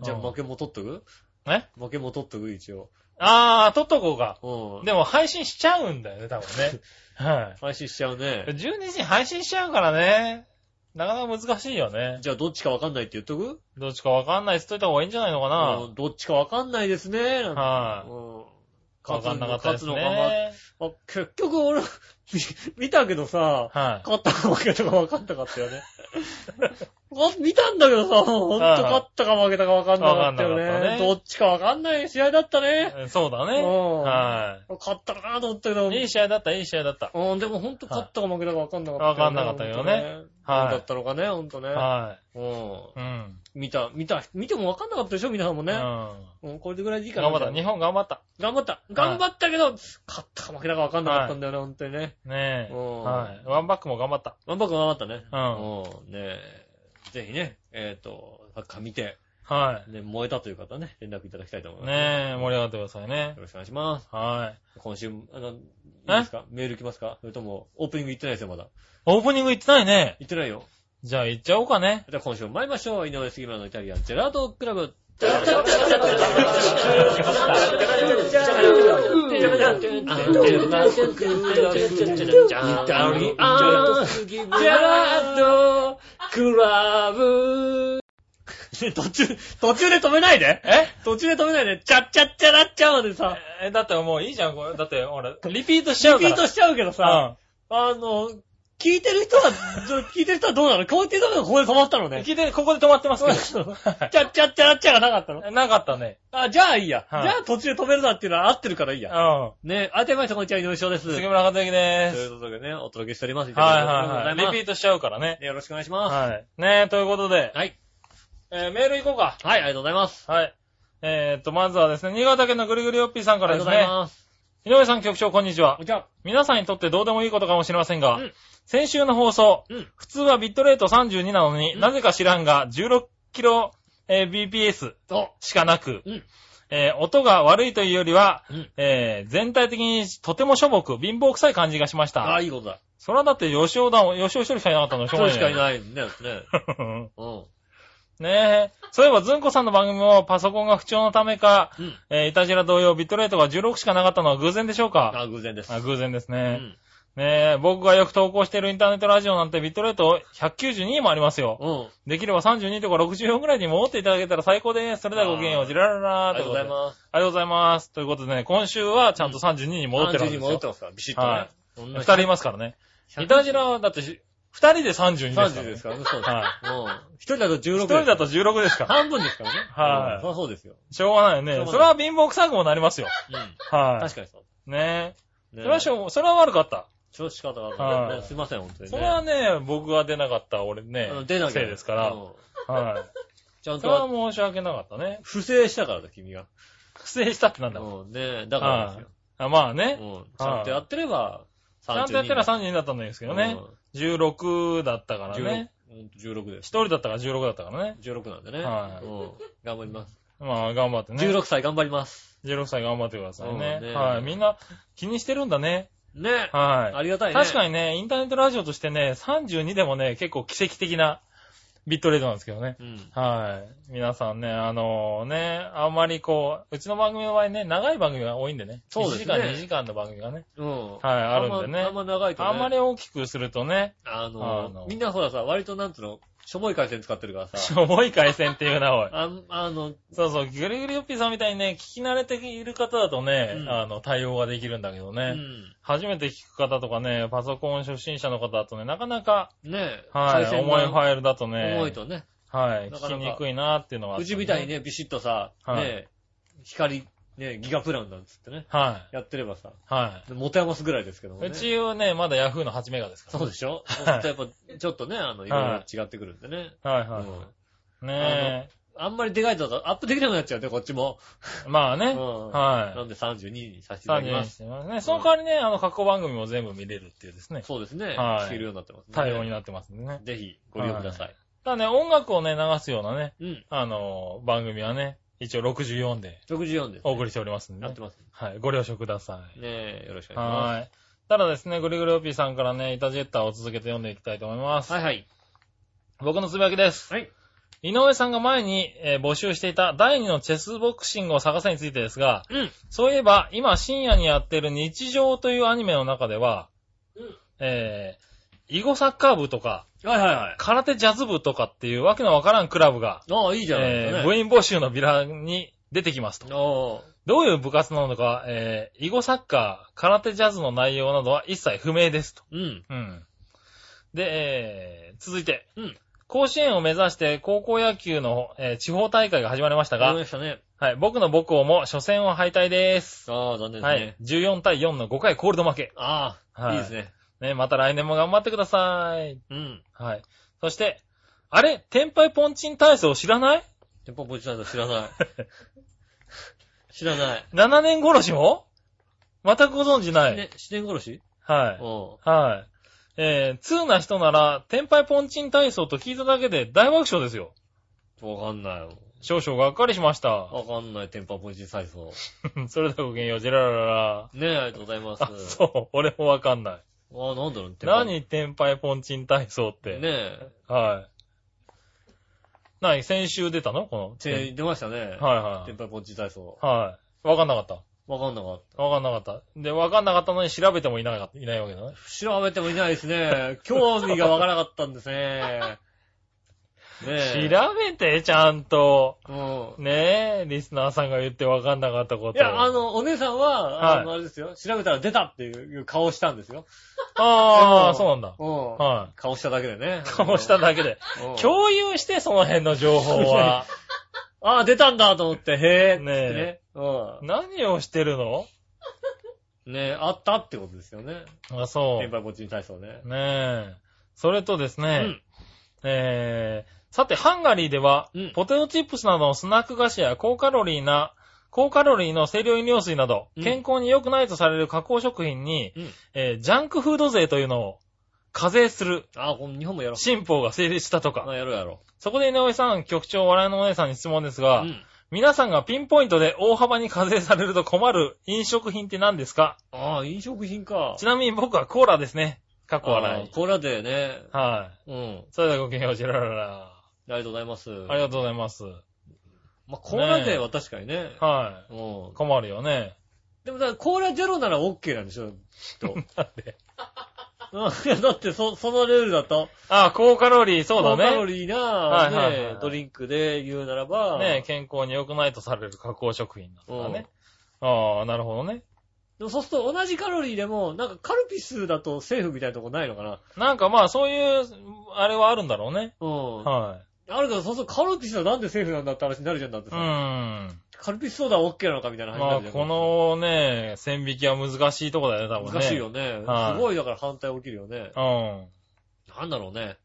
C: じゃあ
B: うん
C: 負けも取っとく
B: い。え
C: 負けも取っとく、一応。
B: あー、取っとこうか。
C: うん。
B: でも配信しちゃうんだよね、多分 [LAUGHS] ね。は
C: 配信しちゃう
B: い。
C: ね。
B: 12時に配信しちゃうからね。なかなか難しいよね。
C: じゃあ、どっちかわかんないって言っとく
B: どっちかわかんないっつっといた方がいいんじゃないのか
C: うんどっちかわかんないですね。なんて
B: はいうな。わ
C: ん。
B: かんなかった
C: 勝
B: です
C: つのかま
B: ね。
C: あ、結局俺、 [LAUGHS] 見見たけどさ、
B: は
C: 勝ったか負けたか分かんなかったよね。 [LAUGHS] あ見たんだけどさ、ほんと
B: はい
C: 勝ったか負けたか分かんなかったよ
B: 分かんなか
C: ね。
B: ったね
C: どっちか分かんない試合だったね。
B: い。そうだ
C: う
B: ね。
C: ん。
B: は
C: 勝ったかなと思ったけど。
B: い。いい試合だった、いい試合だった。
C: うん、でもほんと勝ったか負けたか分かんなかった、
B: 分かんなかったけどね
C: 本当
B: はい
C: どうだったのかね、ほんとね。
B: は
C: うん。
B: い。うん。
C: 見た、見た、見ても分かんなかったでしょ、皆さんも
B: うん。
C: ね。
B: 頑
C: うん、これぐらいでいいかな。
B: 張った、日本頑張った。
C: 頑張った。頑張ったけど、勝ったか負けたか分かんなかったんだよね、ほんとにね。
B: ねえ。
C: うん
B: はい。ワンバックも頑張った。
C: ワンバック頑張ったね。
B: うん。
C: うん。ねえ、ぜひね、えっ、と、サッカー見て、
B: は
C: ね、燃えたという方ね、連絡いただきたいと思い
B: い。
C: ます。
B: ねえ、盛り上がってくださいね
C: よ。ろしくお願いします。
B: はい。
C: 今週、あの、いい
B: え
C: ですかメール来ますかそれとも、オープニング行ってないですよ、まだ。
B: オープニング行ってないね。
C: 行ってないよ。
B: じゃあ行っちゃおうかね。
C: じゃあ今週も参りましょう。井上杉村のイタリアンジェラートクラブ。ートクラブ。途中、途中で止めないで
B: え
C: 途中で止めないで、チャッチャッチャラッチャまでさ、
B: え、だってもういいじゃん、これ。だって、ほら、リピートしちゃ
C: リ
B: うか
C: ピ
B: ら。
C: ートしちゃうけどさ、
B: う
C: あの、聞いてる人は、ど聞いてる人はどうなの聞いてる人はここで止まったの
B: ん。
C: ね。チ
B: 聞いて、ここで止まってますけ
C: ャ
B: ど。
C: ッチャッチャラッチャがなかったの
B: [LAUGHS] なかったね。
C: あ、じゃあいいや。じ
B: はい
C: ゃあ途中で止めるなっていうのは合ってるからいいうや。
B: ん。
C: ね、改めましてこんにちは、井上翔です。と
B: 杉
C: いう
B: 村和之で
C: ことでね、お届けしております。
B: す。はいはいはい。リピ
C: リ
B: ートしちゃうからね。
C: よろしくお願いしま。、
B: はい。ねえ、ということです
C: はい。
B: えーメール行こうか。
C: はい、ありがとうございます。
B: はい。えーっと、まずはですね、新潟県のぐりぐりよっぴーさん
C: あ
B: から
C: りが
B: で
C: とう
B: す
C: ござい
B: ね。
C: ます。
B: 井上さん局長、こんにちは
C: こん。にちは。
B: 皆さんにとってどうでもいいことかもしれませんが、
C: うん
B: 先週の放送、
C: うん
B: 普通はビットレート32なのに、
C: うん
B: なぜか知らんが、16キロ、えー BPS
C: と、
B: しかなく、
C: うん
B: えー音が悪いというよりは、
C: うん
B: えー全体的にとてもしょぼく、貧乏臭い感じがしまし
C: ああ、
B: た。
C: いいことだ。
B: それはだって吉尾だもん、吉尾一人しかいなかったのしょうが
C: 人
B: ない、
C: しか
B: ね。
C: いないね。ね。うん。
B: [LAUGHS] ねえ。そういえば、ずんこさんの番組もパソコンが不調のためか、
C: うん。
B: えーイタジラ同様、ビットレートが16しかなかったのは偶然でしょうか
C: あ、偶然です。
B: あ偶然ですね。
C: うん。
B: ねえ、僕がよく投稿しているインターネットラジオなんてビットレート192もありますよ。
C: うん。
B: できれば32とか64ぐらいに戻っていただけたら最高です。それではごきげんよう、じららら
C: あ
B: ー
C: りがとうございます。
B: ありがとうございます。ということでね、今週はちゃんと32に戻ってるん
C: 32
B: です
C: 戻っ
B: よ
C: て。ますから、ビシッとね
B: はい。
C: そん
B: 二
C: な
B: 人いますからね。イタジラはだってし、二人で32ですから、ね。
C: 30ですからね、そうです。
B: は
C: うん。一人だと16
B: い。
C: です。
B: 一人だと16で
C: [LAUGHS]
B: すから。
C: 半分ですからね。
B: はい
C: うんそりゃそうですよ。
B: しょうがないよ
C: しょう
B: ね。
C: がない
B: それは貧乏臭くもなりますよ。
C: うん。
B: は
C: 確かにそう。
B: い。ねえ。
C: ね
B: それはしょう、それは悪かった。
C: 調子方が
B: は
C: ね、
B: い
C: ねすいません、本当にね。
B: それはね、僕が出なかった俺ね
C: うん、出なきゃ
B: せいですから
C: う。ん
B: は
C: ちゃん
B: それは
C: と、
B: 申し訳なかったね。
C: 不正したからだ、君が。
B: 不正したってなんだ
C: うん、ねだからで
B: あまあ
C: すよ。
B: ね。
C: うん。ちゃんとやってれば、
B: ちゃんとやってら3人だったんですけどね。16だったからね。
C: うん。16、うん16で
B: 1
C: す。
B: 人だったから16だったからね。
C: 16なんでね。
B: はい
C: うん。頑張ります。
B: まあ、頑張ってね。
C: 16歳頑張ります。
B: 16歳頑張ってくださいね
C: そうね。
B: はい。みんな気にしてるんだね。
C: ね
B: は
C: ありがた
B: い。
C: いね。
B: 確かにね、インターネットラジオとしてね、32でもね、結構奇跡的なビットレートなんですけどね。
C: に。うん。
B: はい。皆さんね、あのね、あんまりこう、うちの番組の場合ね、長い番組が多いんでね。
C: そうですね
B: 1時間、2時間の番組がね。
C: うん。
B: はい、あるんでね。
C: あんまあんま長いとね。
B: あんまり大きくするとね、
C: あの、
B: あの
C: みんなほらさ、割となんつうの、しょぼい回線使ってるから
B: し
C: さ。
B: ょぼい回線っていうな、おい。 [LAUGHS]
C: あんあの、
B: そうそう、ぐりぐりよっぴーさんみたいにね、聞き慣れている方だとね、
C: うん
B: あの、対応ができるんだけど
C: う
B: ね、
C: ん。
B: 初めて聞く方とかね、パソコン初心者の方だとね、なかなか、
C: ねえ。
B: はい、
C: 回線が
B: 重いファイルだとね、
C: 重いとね。
B: はい、
C: なかなか
B: 聞きにくいなっていうのはあっ
C: う
B: たね
C: ちみたいに。ね、ビシッとさ、
B: はい
C: ねえ、光、ねえ、ギガプランなんつってね、
B: は
C: やってればさ、
B: い、は
C: 持て余すぐらいですけども
B: い。
C: ね。
B: うちはね、まだ Yahoo の8メガですか
C: そうでしょ
B: はい
C: ほんとやっぱ、ちょっとね、あの、いろいろ違ってくるんでね。
B: ら。はいうはい。
C: ん
B: ね
C: あんまりでかいとアップできなくなっちゃうね、こっちも。
B: え。まあね、
C: うんな
B: は
C: んで32にさせ
B: い。
C: ていただき
B: 32
C: ま
B: に
C: す。
B: してますね。その代わりね、あの、過去番組も全部見れるっていうですね、
C: そうですね。
B: はい
C: 聞けるようになってますね。
B: 対応になってますんでね。
C: ぜひ、ご利用ください。
B: ただね、音楽をね、流すようなね、
C: うん。
B: あの、番組はね、一応64で
C: 64です。
B: お送りしておりますんで
C: なっ
B: ね
C: て。ます。
B: はい。ご了承くださ
C: ねえ、よろしくお
B: い。
C: 願いします。
B: はい。ただですね、ぐりぐりおぴーさんからね、イタジェッターを続けて読んでいきたいと思います。
C: はいはい。
B: 僕のつぶやきです。
C: はい。
B: 井上さんが前に、えー募集していた第二のチェスボクシングを探せについてですが、
C: うん。
B: そういえば、今深夜にやってる日常というアニメの中では、
C: うん
B: えー、囲碁サッカー部とか、
C: はいはいはい。
B: 空手ジャズ部とかっていうわけのわからんクラブが、
C: ああ、いいじゃないです
B: え
C: か
B: ー、
C: ね。
B: 部員募集のビラに出てきますと。
C: あ
B: どういう部活なのか、えー、囲碁サッカー、空手ジャズの内容などは一切不明ですと。
C: あ、うん。
B: うん。で、えー、続いて、
C: うん
B: 甲子園を目指して高校野球の、えー地方大会が始まりました
C: わか
B: が、
C: りましたね。
B: はい、僕の母校も初戦を敗退です。
C: ああ、残念ですね。
B: はい、14対4の5回コールド負け。
C: ああ、
B: はい
C: いですね。
B: ね、また来年も頑張ってください。
C: うん。
B: はい。そして、あれ天敗ポンチン体操知らない
C: テンポポジションだ知ら
B: [LAUGHS]
C: ない。知らない。
B: ?7 年殺しもまたご存知ない。
C: ね、四天殺し
B: はい。
C: うん。
B: はい。えー、通な人なら、天敗ポンチン体操と聞いただけで大爆笑ですよ。
C: わかんないよ。
B: 少々がっかりしました。
C: わかんない、テンポポジション体操。
B: それではごきげんよう、ジェラララ
C: ねえ、ありがとうございま
B: あ、
C: す。
B: そう、俺もわかんない。
C: ああ、なんだろう、テンポ
B: 何天敗ポンチン体操って。
C: ねえ。
B: はい。何先週出たのこの。
C: て出ましたね。
B: はいは
C: テンポポジション体操。
B: い。はい。わかんなかった。
C: わかんなかった。
B: わかんなかった。で、わかんなかったのに調べてもいなかった、いないわけだね。
C: 調べてもいないですね。興味がわからなかったんですね。ねえ。
B: 調べて、ちゃんと。
C: うん。
B: ねえ、リスナーさんが言ってわかんなかったこと。
C: いや、あ、の、お姉さんは、
B: はい
C: あの、あれですよ。調べたら出たっていう顔をしたんですよ。
B: あ
C: で
B: あ、
C: も
B: そうなんだ。
C: うん。
B: はい。
C: 顔しただけで
B: [LAUGHS]
C: ね。
B: 顔しただけで。
C: うん。
B: 共有して、その辺の情報は。
C: ああ、出たんだと思って、へえ、
B: ね
C: ね
B: え
C: ね。う
B: 何をしてるの
C: ん。ねえ、あったってことですよね。
B: あ、そ
C: 天敗ぼっちに体操ね
B: う。。ねえ。それとです
C: う
B: ね、
C: ん。
B: えー、さて、ハンガリーでは、
C: うん
B: ポテトチップスなどのスナック菓子や高カロリーな、高カロリーの清涼飲料水など
C: う、ん
B: 健康に良くないとされる加工食品に、
C: うん
B: えージャンクフード税というのを課税する
C: ああ、この日本もやろ
B: 新法が成立したと
C: う。あ
B: か。
C: あ、やろうやろ
B: そこで井上さん、局長、笑いのお姉さんに質問です
C: う。
B: が、
C: うん。
B: 皆さんがピンポイントで大幅に課税されると困る飲食品って何ですか
C: ああ、飲食品か。
B: ちなみに僕はコーラですね。かっこ
C: あ
B: 笑
C: あ
B: い。
C: コーラでね。
B: は
C: うん
B: い。。それではごきげんよう、ジェラララ。
C: ありがとうございます。
B: ありがとうございます。
C: まあ、コーラでは確かにね。
B: は
C: うん。
B: い。困るよね。
C: でもだから、コーラゼロなら OK なんでしょ、きっと。
B: [LAUGHS] なんで
C: うんいやだって、そ、そのルールだと。
B: あ、高カロリー、そうだ
C: 高カロ
B: ね。
C: リー
B: はい
C: な、
B: はいはい
C: ね、ドリンクで言うならば、
B: ね健康に良くないとされる加工食品だからね。ああ、なるほどね。
C: でもそうすると同じカロリーでも、なんかカルピスだとセーフみたいなとこないのかな
B: なんかまあ、そういう、あれはあるんだろうね。
C: うん。
B: は
C: あるけど、そうするとカルピスはなんでセーフなんだって話になるじゃんだって
B: い。う
C: さ。
B: ん。
C: カルピスソーダは OK なのかみたいな話に
B: ま
C: な
B: あ、
C: るじゃん。
B: このね、線引きは難しいとこだよね、多分ね。
C: 難しいよね。
B: はい
C: すごいだから反対起きるよね。
B: うん。
C: なんだろうね。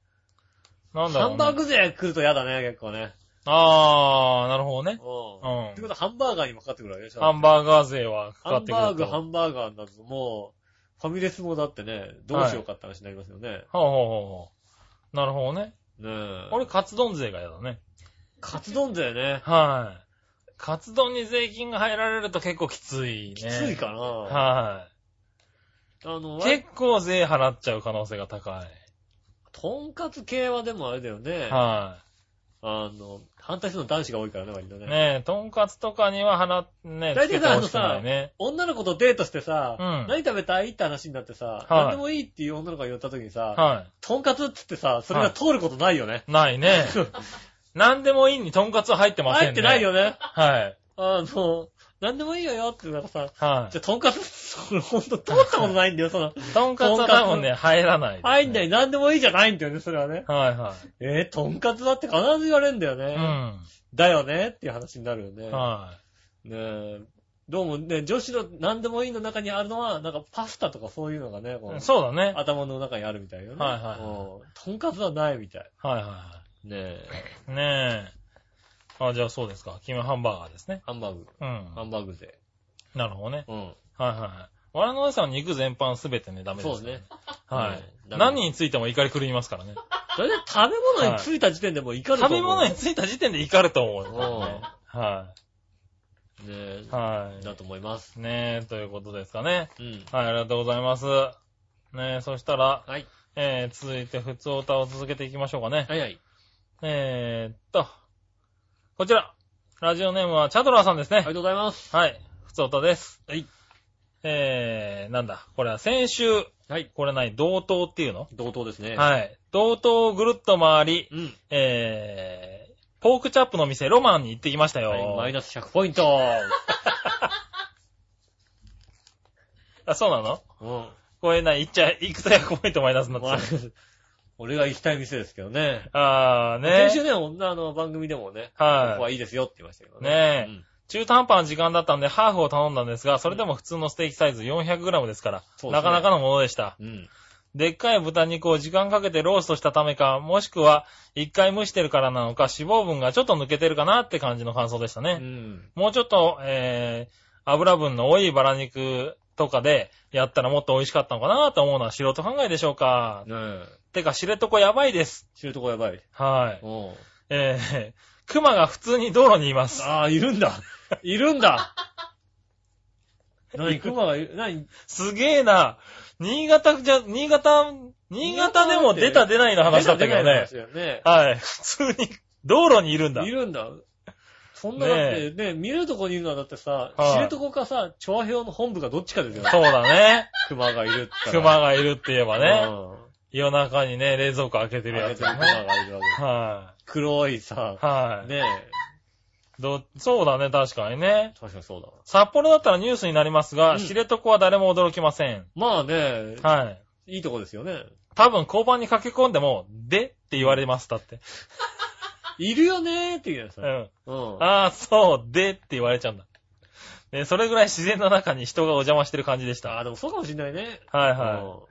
B: なんだ
C: ハ
B: ろうね。
C: ンバーグ勢来ると嫌だね、結構ね。
B: あー、なるほどね。
C: うん。
B: うん
C: ってことはハンバーガーにもかかってくるわけでしょ。
B: ハンバーガー税はか
C: ハ
B: かっ
C: ン
B: てくると。
C: バーグ、ハンバーガーになるともう、ファミレスもだってね、どうしようかって話になりますよね。
B: はあ、はあはあはあ、なるほどね。
C: ねえ。
B: 俺、カツ丼税が嫌だね。
C: カツ丼だよね。
B: はい。カツ丼に税金が入られると結構きついね。
C: きついかな。
B: は
C: あの、
B: い。結構税払っちゃう可能性が高い。
C: とんかつ系はでもあれだよね。
B: は
C: あの、反対するの男子が多いからね、割と
B: い。
C: ね。
B: ねえ、とんかつとかには払っ、ねえ、
C: 大体さ
B: つけてほしくないね。
C: 女の子とデートしてさ、
B: うん
C: 何食べたいって話になってさ、
B: い
C: 何でもいいっていう女の子が言った時にさ、
B: は
C: とんかつってってさ、それが通ることないよね。
B: [LAUGHS] い。ないね。なんでもいいにとんかつは入ってませんね。
C: 入ってないよね。
B: はい。
C: あの、何でもいいよよって言うからさ、
B: は
C: じゃあ、とんかつ、それほんと通ったことないんだよ、そ
B: [LAUGHS]
C: の。
B: い。とんかつは多分ね、入らないですね。
C: 入んない、何でもいいじゃないんだよね、それはね。
B: はいは
C: えー、とんかつだって必ず言われるんだよ
B: い。
C: ね。
B: う
C: だよねっていう話になるよね。
B: ん。はい。
C: ねえ。どうもね、女子の何でもいいの中にあるのは、なんかパスタとかそういうのがね、こう
B: そうだね。はい
C: 頭の中にあるみたいよね。
B: はいはいはい
C: うんとんかつはないみたい。
B: はいは
C: ねえ。
B: い。ねえ。あ、じゃあそうですか。キムハンバーガーですね。
C: ハンバーグ。
B: うん
C: ハ。ンバーグで。
B: なるほどね。
C: うん。
B: はいはいはい。我のおさんは肉全般すべてね、ダメです、
C: そうですね。。
B: は
C: う
B: い。
C: ん
B: 何についても怒り狂いま
C: [LAUGHS]
B: すからね。
C: それで食べ物に着いた時点でもういかると思
B: 食べ
C: う。
B: 物についた時点で怒ると思うよ、ね。は
C: うん。ね
B: い。は
C: え。だと思います。
B: い。ねえ、ということですかね。
C: うん。
B: はい、ありがとうございます。ねえ、そしたら、
C: はい。
B: えー、続いて、普通歌を続けていきましょうかね。
C: はいはい。
B: えーっと、こちら。ラジオネームはチャドラーさんです
C: あり
B: ね
C: が。とうございます。
B: はい。ふつおたです。
C: はい。
B: えー、なんだ。これは先週、
C: はい。
B: これ何同等っていうの
C: 同等ですね。
B: はい。同等をぐるっと回り、
C: うん。
B: えー、ポークチャップの店、ロマンに行ってきましたよ。
C: はいマイナス100ポイント。
B: あ、そうなの [LAUGHS]
C: うん。
B: これな、行っちゃ、行くと100ポイントマイナスになっ
C: まあ
B: て
C: [LAUGHS] 俺が行きたい店ですけどね。
B: た。あーね
C: 先。週ね、女の番組でもね、
B: はい
C: ここはいいですよって言いましたけど
B: ねえ
C: うん
B: 中途半端な時間だったんで、ハーフを頼んだんですが、それでも普通のステーキサイズ 400g ですから、
C: そうですね
B: なかなかのものでした。
C: うん。
B: でっかい豚肉を時間かけてローストしたためか、もしくは一回蒸してるからなのか、脂肪分がちょっと抜けてるかなって感じの感想でした
C: う
B: ね。
C: ん。
B: もうちょっと、えー、油分の多いバラ肉とかでやったらもっと美味しかったのかなと思うのは素人考えでしょうか。
C: ねえ。
B: てか、知床やばいです。
C: 知るとこやばい。
B: はい。
C: おう
B: えー、熊が普通に道路にいます。
C: ああ、いるんだ。いるんだ。
B: [LAUGHS]
C: 何、熊がいる、何、
B: すげえな。新潟じゃ、新潟、新潟でも出た出ないの話だったけどね。
C: 出た出ない話だ
B: はい。普通に道路にいるんだ
C: よね。い。るんだ。そんなだって、ね見るとこにいるのはだってさ、知
B: はい
C: るとこかさ、調和表の本部かどっちかですよね。
B: そうだね。
C: 熊がいるって。
B: 熊がいるって言えばね、夜中にね、冷蔵庫開けて
C: うん。
B: るやつ
C: 熊
B: ね。
C: がいるわけ。
B: は
C: 黒い
B: い。
C: さ、
B: はい。
C: ねえ。
B: ど、そうだね、確かにね。
C: 確かにそうだわ。
B: 札幌だったらニュースになりますが、
C: うん
B: 知床は誰も驚きません。
C: まあね、
B: はい。
C: いいとこですよね。
B: 多分、交番に駆け込んでも、でって言われます、だって。
C: いるよねーって言うじゃ
B: う
C: ないで
B: ん。
C: すか。うん。
B: ああ、そう、でって言われちゃうんだ。ね、それぐらい自然の中に人がお邪魔してる感じでし
C: ああ、
B: た。
C: でもそうかもしんないね。
B: はいは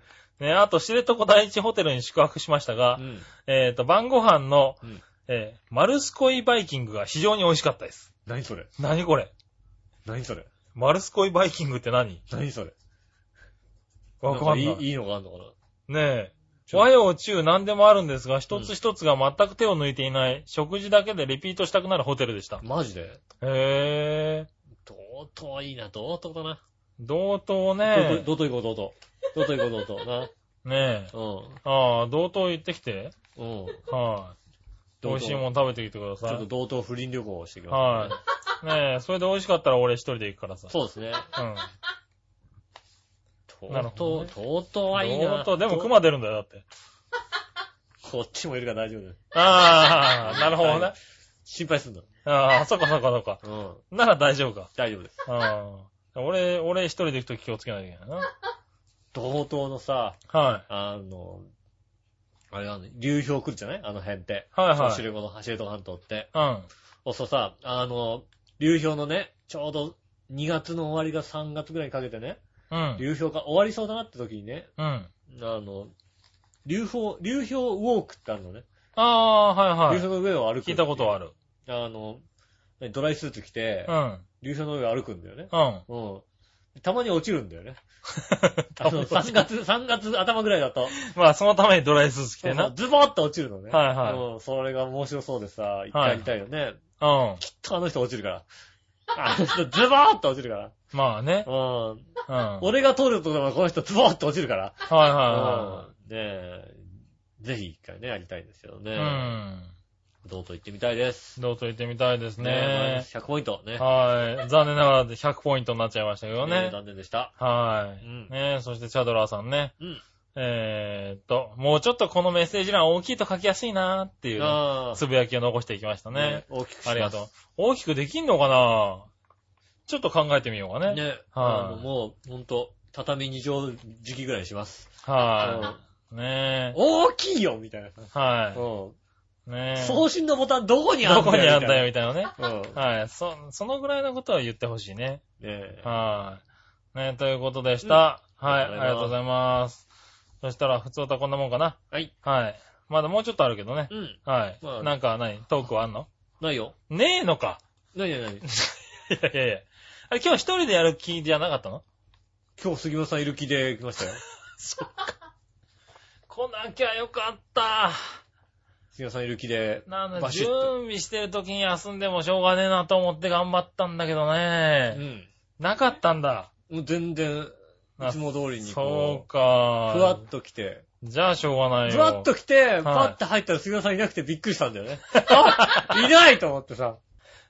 B: い。ね、あと、知床第一ホテルに宿泊しましたが
C: う、ん。
B: えっと、晩ご飯の
C: うん、
B: えーマルスコイバイキングが非常に美味しかったです。
C: 何それ
B: 何これ
C: 何それ
B: マルスコイバイキングって何
C: 何それ
B: わかんない。
C: んかいいいいのがあるのか
B: ね
C: ち
B: え。
C: ょ
B: 和洋中何でもあるんですが、一つ一つが全く手を抜いていない、食事だけでリピートしたくなるホテルでした。
C: なマジで
B: へえ。
C: 同等はいいな、同等だな。
B: 同等
C: 同
B: ね
C: 等。同等行こう、同等。同等行こう、同
B: ねえ。
C: 等。
B: ああ、同等行ってきて。
C: な。うん。うん。
B: はい。
C: 同等
B: 美味しいもん食べてきてくだ
C: ちょっ
B: さ
C: と
B: い。
C: 同等不倫旅行をしてきます。
B: はい。ねえ、それで美味しかったら俺一人で行くからさ。
C: そうですね。
B: うん。なる
C: 同等、
B: ほどね
C: 同等はいいな。
B: 同等、でも熊出るんだよ、だって。
C: こっちもいるから大丈夫だよ。
B: あ
C: [LAUGHS]
B: あ、なるほどね。
C: 心配すんな。
B: ああ、そっかそっかそっか。
C: うん。
B: なら大丈夫か。
C: 大丈夫です。
B: うん。俺、俺一人で行くとき気をつけないといけないな。
C: 同等のさ、
B: はい。
C: あの、あれなの、流氷来るじゃないあの辺って。
B: はいはい
C: 知床の、知床半島って。
B: うん。
C: おそうさ、あの、流氷のね、ちょうど2月の終わりが3月ぐらいにかけてね、
B: うん。
C: 流氷が終わりそうだなって時にね、
B: うん。
C: あの、流氷、流氷ウォークってあるのね。
B: ああー、はいは
C: 流
B: い。
C: 氷の上を歩く。
B: 聞いたことある。
C: あの、何ドライスーツ着て
B: う、ん。
C: 流氷の上を歩くんだよね。
B: うん。
C: うん。たまに落ちるんだよ
B: [LAUGHS]
C: ね。あの、3月、3月頭ぐらいだと。
B: まあ、そのためにドライスーツ着て
C: そう
B: な。
C: そうズボッと落ちるのね。
B: はいはい
C: うん、それが面白そうでさ、一回やりたいよね。
B: うん。
C: きっとあの人落ちるから。あの人、ズボーッと落ちるから。
B: まあね。
C: うん。
B: うん。はい
C: 俺が通るところはこの人、ズボーッと落ちるから。
B: はいうは
C: ん。ねえ。ぜひ一回ね、やりたいですけど
B: い。
C: ね。
B: うん。
C: どうと行ってみたいです。
B: どうと言ってみたいです
C: マイナ
B: ね。
C: ス100ポイントね。
B: はい。残念ながら100ポイントになっちゃいましたけど
C: ねえ
B: ね。
C: 残念でした。
B: は
C: うん
B: い。ねえ、そしてチャドラーさんね。
C: うん。
B: えーっと、もうちょっとこのメッセージ欄大きいと書きやすいなーっていうね
C: ああ。
B: つぶやきを残していきましたね。
C: 大きくします
B: ありがとう。大きくできんのかなちょっと考えてみようかね。
C: ね。
B: はい
C: あの、もう、ほんと、畳2畳敷ぐらいにします。
B: はいうね
C: ん大きいよみたいな。
B: え。は
C: う
B: い。ね
C: ん。
B: え。
C: 送信のボタンどこにあ
B: ど
C: んだよ
B: こにあん
C: み
B: だ
C: た
B: よ
C: い
B: みたいなね。
C: な。うん。ね
B: はい。そ、そのぐらいのことは言ってほしいね。
C: え。
B: はい。ね、ということでした。はい。あ
C: あ
B: り
C: り
B: が
C: がと
B: とう
C: う
B: ご
C: ご
B: ざいます。そしたら、普通とこんなもんかな。
C: はい。
B: はい。まだもうちょっとあるけどね。
C: うん。
B: はい
C: ま。あ
B: なんか何、トークはあんの
C: ないよ。
B: ねえのか。
C: ないないない。
B: [LAUGHS] いやいやいや。あれ、今日一人でやる気じゃなかったの
C: 今日杉村さんいる気で来ましたよ。
B: 来なきゃよかった。
C: 杉村さんいる気で。
B: なんだ、
C: バシッ
B: 準
C: と
B: 備してる時に休んでもしょうがねえなと思って頑張ったんだけど
C: う
B: ね。
C: ん。
B: なかったんだ。
C: もう全然、
B: あ
C: いつも通りに
B: そう
C: こう、
B: か。
C: ふわっと来て、
B: じゃあしょうがないよ。
C: ふわっと来て、パッと入ったら杉村さんいなくてびっくりしたんだよね。 [LAUGHS] あいないと思ってさ、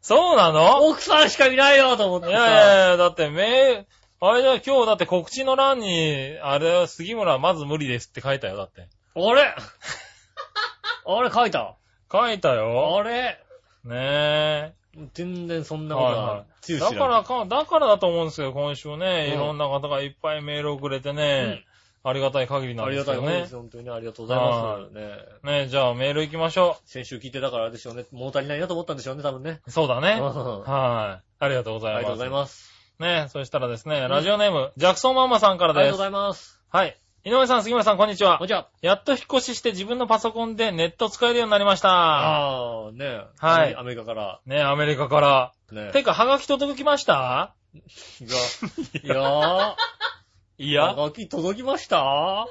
B: そうなの
C: 奥さんしかいないよと思っ
B: い
C: て
B: やいや
C: さ、
B: いや、だってめ、あれだよ、今日だって告知の欄に、あれ、杉村まず無理ですって書いたよ、だって。
C: あれあれ書いた
B: 書いた
C: あ
B: よ。
C: れ
B: ね
C: 全然そんなことは、
B: え。
C: 強い
B: だからか、だからだと思うんですよ、今週ね、
C: うん
B: いろんな方がいっぱいメールをくれてね、ありがたい限りな
C: あ
B: ん
C: り
B: で
C: が
B: すけ
C: たいことで
B: どね
C: す。。本当にね、ありがとうございます。ね
B: ねえ、じゃあメール行きましょ
C: 先週聞いてたからあれでしょうね。物足りないなと思ったんでしょうね、多分ね。
B: う。そうだ
C: う
B: ね。
C: ん
B: はい。ありがとうござい
C: あ
B: ま
C: り
B: す。
C: がとうございます。
B: ねえ、そしたらですね、
C: ん
B: ラジオネーム、ジャクソンママさんか
C: あ
B: ら
C: りがと
B: で
C: うご
B: す。
C: ざいます。
B: はい。井上さん、杉村さん、こんにちは
C: こん。にちは。
B: やっと引っ越しして自分のパソコンでネット使えるようになりました。
C: ああ、ねえ。
B: はい
C: アメリカから。
B: ねアメリカから。
C: ね
B: てか、はがき届きました
C: いや、い
B: [LAUGHS]
C: や
B: い
C: ー、は、がき届きましたは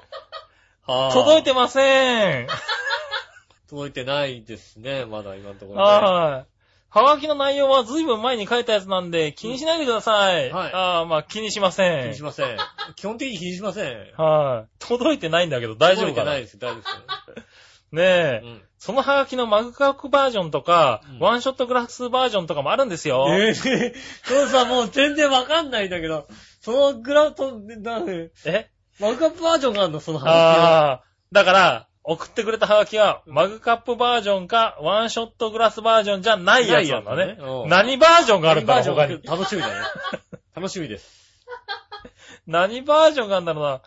C: あ
B: 届いてま
C: [LAUGHS]
B: せん。
C: 届いてないですね、まだ今のところ、ね。
B: はい。はがきの内容は随分前に書いたやつなんで、気にしないでください。
C: うんはい
B: ああ、まあ気にしませ
C: 気
B: ん
C: にし。ません。基本的に気にしません。
B: はい。届いてないんだけど大丈
C: 届
B: 夫
C: いて
B: かな
C: ない
B: ね
C: です、大丈夫です
B: え、
C: よ。
B: そのはがきのマグカップバージョンとか、
C: うん
B: ワンショットグラスバージョンとかもあるんですよ。
C: うん。えー、 [LAUGHS] そうさ、もう全然わかんないんだけど、そのグラフト、な、
B: え
C: マグカップバージョンがあるの、その話。
B: ああ、だから、送ってくれたハガキは、マグカップバージョンか、ワンショットグラスバージョンじゃないやつなんだ
C: ない
B: ね
C: やつだね。うん
B: 何バージョンがあるんだろう、他に。
C: 楽しみだね。 [LAUGHS] 楽しみです。
B: 何バージョンがあるんだろうな。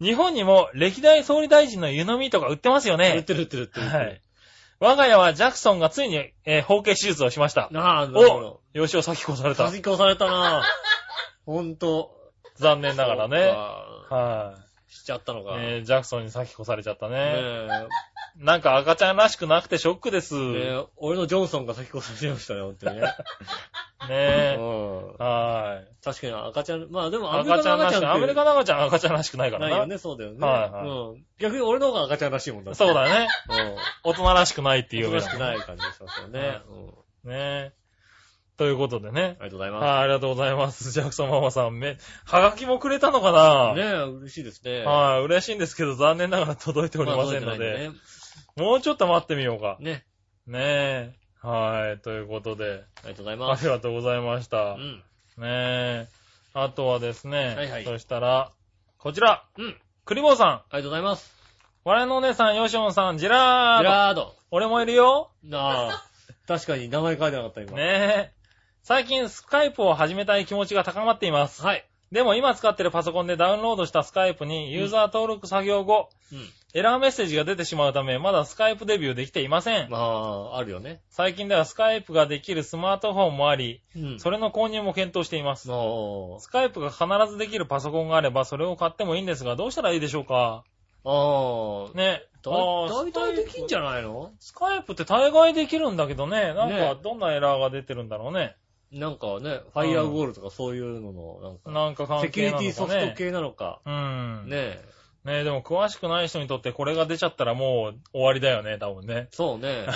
B: 日本にも歴代総理大臣の湯飲みとか売ってますよ
C: 売っ
B: ね。
C: てる売ってる売ってる。
B: はい。。我が家はジャクソンがついに、えー包茎手術をしました。
C: ああ、なるほど
B: お。吉尾咲子された
C: 弾。きされた
B: [LAUGHS]
C: なぁ。ほんと。
B: 残念ながら
C: そう
B: ね。
C: か
B: は
C: しちゃったの
B: い、
C: か。
B: えージャクソンに咲子されちゃったね。
C: ね
B: なんか赤ちゃんらしくなくてショックです。
C: え
B: ね
C: ねえ俺のジョンソンが先越されちゃいましたね、ほんとにね。
B: え。
C: うん
B: はい。
C: 確かに赤ちゃん、まあでもアメリカ
B: 赤ちゃん
C: の
B: ら
C: 赤
B: し
C: ち
B: く、
C: ゃん
B: ア
C: って
B: メリカの赤ちゃんは赤ちゃんらしくないから
C: ない
B: な。
C: よね、そうだよね。
B: はいはい
C: うん逆に俺の方が赤ちゃんらしいもんだ
B: そうだ
C: ね。 [LAUGHS]
B: ね。
C: うん。
B: 大人らしくないっていう
C: お
B: よ
C: と
B: り
C: な
B: は
C: しくない感じがしますよね。うん
B: ねえ。ということでね
C: あ。りがとうございま
B: はい、ありがとうございます。ジャクソンママさん、め、はがきもくれたのかな
C: す。ねえ、嬉しいですね。
B: はい、嬉しいんですけど、残念ながら届いており
C: まあ
B: ま
C: そう
B: せ
C: じ
B: ん
C: ゃな
B: の
C: い
B: で、
C: ね。
B: もうちょっと待ってみようか。
C: ね。
B: ねえ。はい、ということで、
C: ありがとうござい
B: あ
C: ます。
B: りがとうございまし
C: う
B: た。
C: ん。
B: ねえ。あとはですね、
C: はいはい
B: そしたら、こちら、
C: うん。
B: クリボーさん、
C: ありがとうございます。
B: 我のお姉さん、ヨシオンさん、ジェラー
C: ジ
B: ド
C: ェラード。
B: 俺もいるよ。
C: な
B: [LAUGHS]
C: あ。確かに名前書いてなかった、今。。
B: ねえ。最近スカイプを始めたい気持ちが高まっています。
C: はい。
B: でも今使ってるパソコンでダウンロードしたスカイプにユーザー登録作業後、
C: うん。
B: エラーメッセージが出てしまうため、まだスカイプデビューできていません。
C: まあ、あるよね。
B: 最近ではスカイプができるスマートフォンもあり、
C: うん
B: それの購入も検討しています。
C: の
B: スカイプが必ずできるパソコンがあれば、それを買ってもいいんですが、どうしたらいいでしょうか
C: ああ、
B: ね。
C: だ
B: あー
C: 大体できんじゃないの
B: スカイプって大概できるんだけどね、なんか
C: ね
B: どんなエラーが出てるんだろうね。
C: なんかね、ファイアウォールとかそういうのの、なんか、
B: なんか関
C: セキュ
B: 係
C: リ
B: な
C: テ
B: のか、ね、
C: ィソフト系なのか。
B: うん。ね
C: ねえ。
B: え、でも詳しくない人にとってこれが出ちゃったらもう終わりだよね、多分ね。 [LAUGHS]
C: そうね。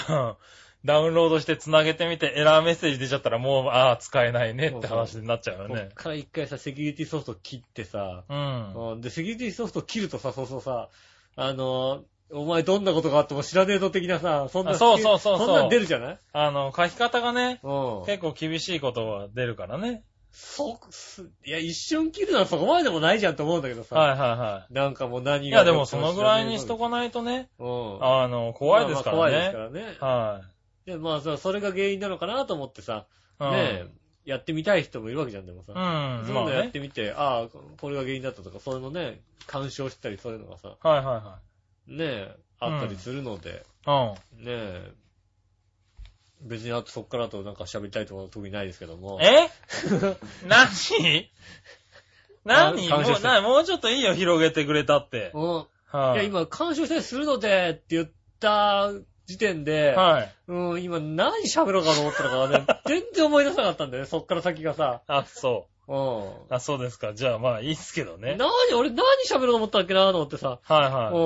B: ダウンロードして繋げてみてエラーメッセージ出ちゃったらもう、ああ、使えないねって話になっちゃうよ
C: こっ
B: ね。
C: から一回さ、セキュリティソフト切ってさ、
B: うん。
C: うんで、セキュリティソフト切るとさ、そうそうさ、あのー、お前どんなことがあっても知らねえぞ的なさ、そんな、
B: あそうそうそうそうん
C: なん出るじゃない
B: あの、書き方がね、
C: うん。
B: 結構厳しいことは出るからね。
C: そ、すいや、一瞬切るのはそこまででもないじゃんと思うんだけどさ。
B: はいはいは
C: なんかもう何
B: い。い
C: が
B: や
C: 起
B: で
C: こ
B: も
C: って知
B: そ
C: らねえぞ。
B: のぐらいにしとかないとね、
C: うん。
B: あの、怖いですから
C: まあまあ
B: ね。
C: 怖いですからね。
B: は
C: で、まあさ、それが原因なのかなと思ってさ、
B: い。うん
C: ねえ、やってみたい人もいるわけじゃん、でもさ。
B: うん。
C: ん。
B: ま
C: そういう
B: あ
C: のやっ
B: ね。
C: てみて、ああ、これが原因だったとか、そういうのね、干渉したりそういうのがさ、
B: はいは
C: ねえ、あったりするので、
B: いはい。う
C: ね
B: ん。
C: え。別にあとそっからあとなんか喋りたいとかは特にないですけども。
B: え [LAUGHS] 何何
C: あ
B: も
C: 感謝し
B: う、
C: て
B: な、もうちょっといいよ、広げてくれたって。
C: うん。い
B: は
C: や、
B: い。
C: 今、干渉したりするのでって言った時点で、
B: はい。
C: うん、今何喋ろうかと思ったの
B: [LAUGHS]
C: かね、全然思い出せなかったんだよね、そっから先がさ。
B: あ、そ
C: うん。
B: う。あ、そうですか。じゃあまあいいっすけどね。
C: 何、俺何喋ろうと思ったっけなと思ってさ。
B: はいうは
C: ん
B: い。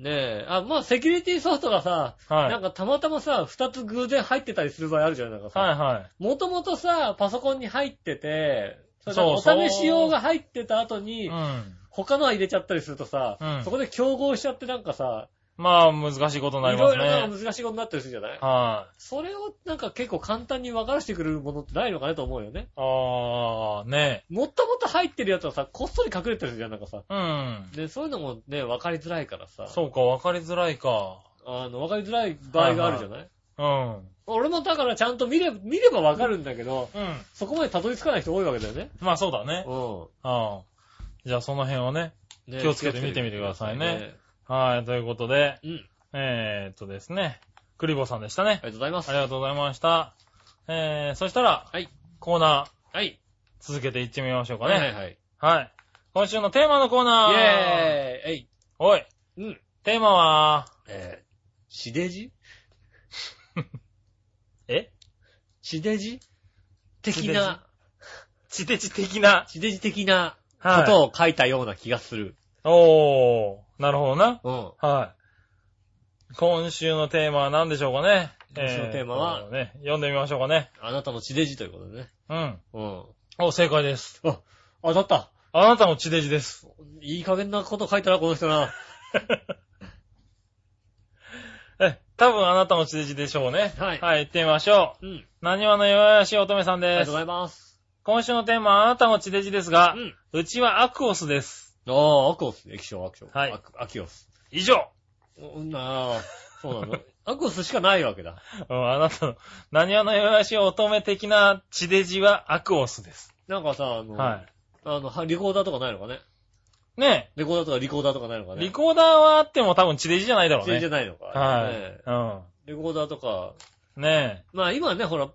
B: う。ん。
C: ねえ。あ、まあ、セキュリティソフトがさ、
B: はい。
C: なんかたまたまさ、二つ偶然入ってたりする場合あるじゃないなんかさ。
B: はいは
C: もともとさ、パソコンに入ってて、それで
B: そうそう
C: お試し用が入ってた後
B: い。
C: に、
B: うん。
C: 他のは入れちゃったりするとさ、
B: うん
C: そこで競合しちゃってなんかさ、
B: まあ難しいことにないりま
C: ろ
B: す
C: いろなん
B: ね。
C: か難しいことになったりするじゃない
B: はい。
C: それをなんか結構簡単に分からせてくれるものってないのかねと思うよね。
B: あー、ね
C: もっともっと入ってるやつはさ、こっそり隠れてるじゃん、なんかさ。
B: うん。
C: で、そういうのもね、分かりづらいからさ、
B: そうか、わかりづらいか。
C: あの、分かりづらい場合があるじゃない、
B: うん。
C: 俺もだからちゃんと見れ、見れば分かるんだけど、
B: うん。
C: そこまでたどり着かない人多いわけだよね。
B: まあそうだね。
C: う
B: うん。じゃあその辺をね。
C: ん。ね
B: 気をつけて見てみてくださいね。はい、ということで、
C: うん。
B: えーっとですね、クリボーさんでしたね
C: あ。りがとうございます。
B: ありがとうございました。えー、そしたら、
C: はい
B: コーナー
C: はい。
B: 続けていってみましょうか
C: はいはい
B: ね。
C: はい。
B: はい、今週のテーマのコーナー
C: イェーイえい。
B: おい、
C: うん。
B: テーマは、
C: えー、しでじ
B: [LAUGHS] え
C: しでじ的
B: 地デジ
C: な、
B: 地デジ的な。
C: しでじ的な
B: はい
C: ことを書いたような気がする。
B: おー、なるほどな。
C: うん。
B: はい。今週のテーマは何でしょうかね
C: 今週のテーマは
B: えーとね、読んでみましょうかね。
C: あなたのしでじということでね。
B: うん。
C: う
B: お、正解です。
C: ん。あ、当たった。
B: あなたの地デジです。
C: いい加減なこと書いたな、この人な。
B: [LAUGHS] え、多分あなたの地デジでしょうね。
C: はい
B: はい、行ってみましょ
C: うん。あり
B: う。何話の弱々しい乙女さん
C: がと
B: で
C: う
B: す
C: ご。ざいます。
B: 今週のテーマはあなたの地デジですが
C: う、ん。
B: うちはアクオスです。
C: ああ、アクオス、液晶、アクション。
B: はい
C: アクアキオス。
B: 以上。
C: うんなあ、そうなの。アクオスしかないわけだ。
B: うんあなたの、何話の弱々しい乙女的な地デジはアクオスです。
C: なんかさ、あの、
B: は
C: あの、はリコーダーとかないのかね。
B: い。ね
C: レコーダーとかリコーダーとかないのか
B: え、
C: ね。
B: リコーダーはあっても多分地デジじゃないだろう
C: それじゃ
B: ね。
C: ないのか。
B: はい
C: ね。
B: うん。
C: レコーダーとか、
B: ね
C: まあ今ね、ほら、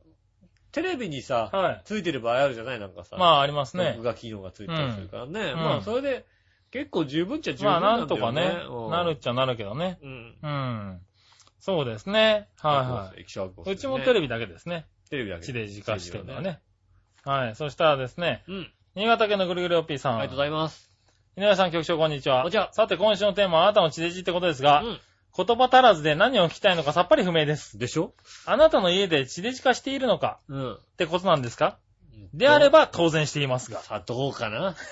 C: テレビにさ
B: え。、はい。
C: ついてる場合あるじゃないなんかさ。
B: まあ、ありますね
C: 録。画機能がついてたりするからね。
B: ん
C: ま
B: う
C: あ
B: ん
C: それで、結構十分っちゃ十分
B: まあ、
C: な
B: なんん
C: だ
B: と
C: よ
B: か
C: ね。
B: ね、なるっ
C: る。
B: ちゃなるけどね。
C: うん。
B: うん。そうですね。は
C: 液晶アク
B: い
C: オス
B: はい。
C: ね
B: うちもテレビだけですね。
C: テレビだけ。
B: 地デジ化してるのは
C: テレ
B: ね。はい。そしたらですね、
C: ビはね。うん。
B: 新潟県のぐるぐるおっぴーさ
C: あ
B: ん。
C: りがとうございます。
B: 井上さん局長こんにちは。
C: こんにちは
B: さて今週のテーマはあなたの地デジってことです
C: う
B: が、
C: ん。
B: 言葉足らずで何を聞きたいのかさっぱり不明です。
C: でしょ
B: あなたの家で地デジ化しているのか
C: うん。
B: ってことなんですかであれば当然していますが。
C: さあ、どうかな [LAUGHS]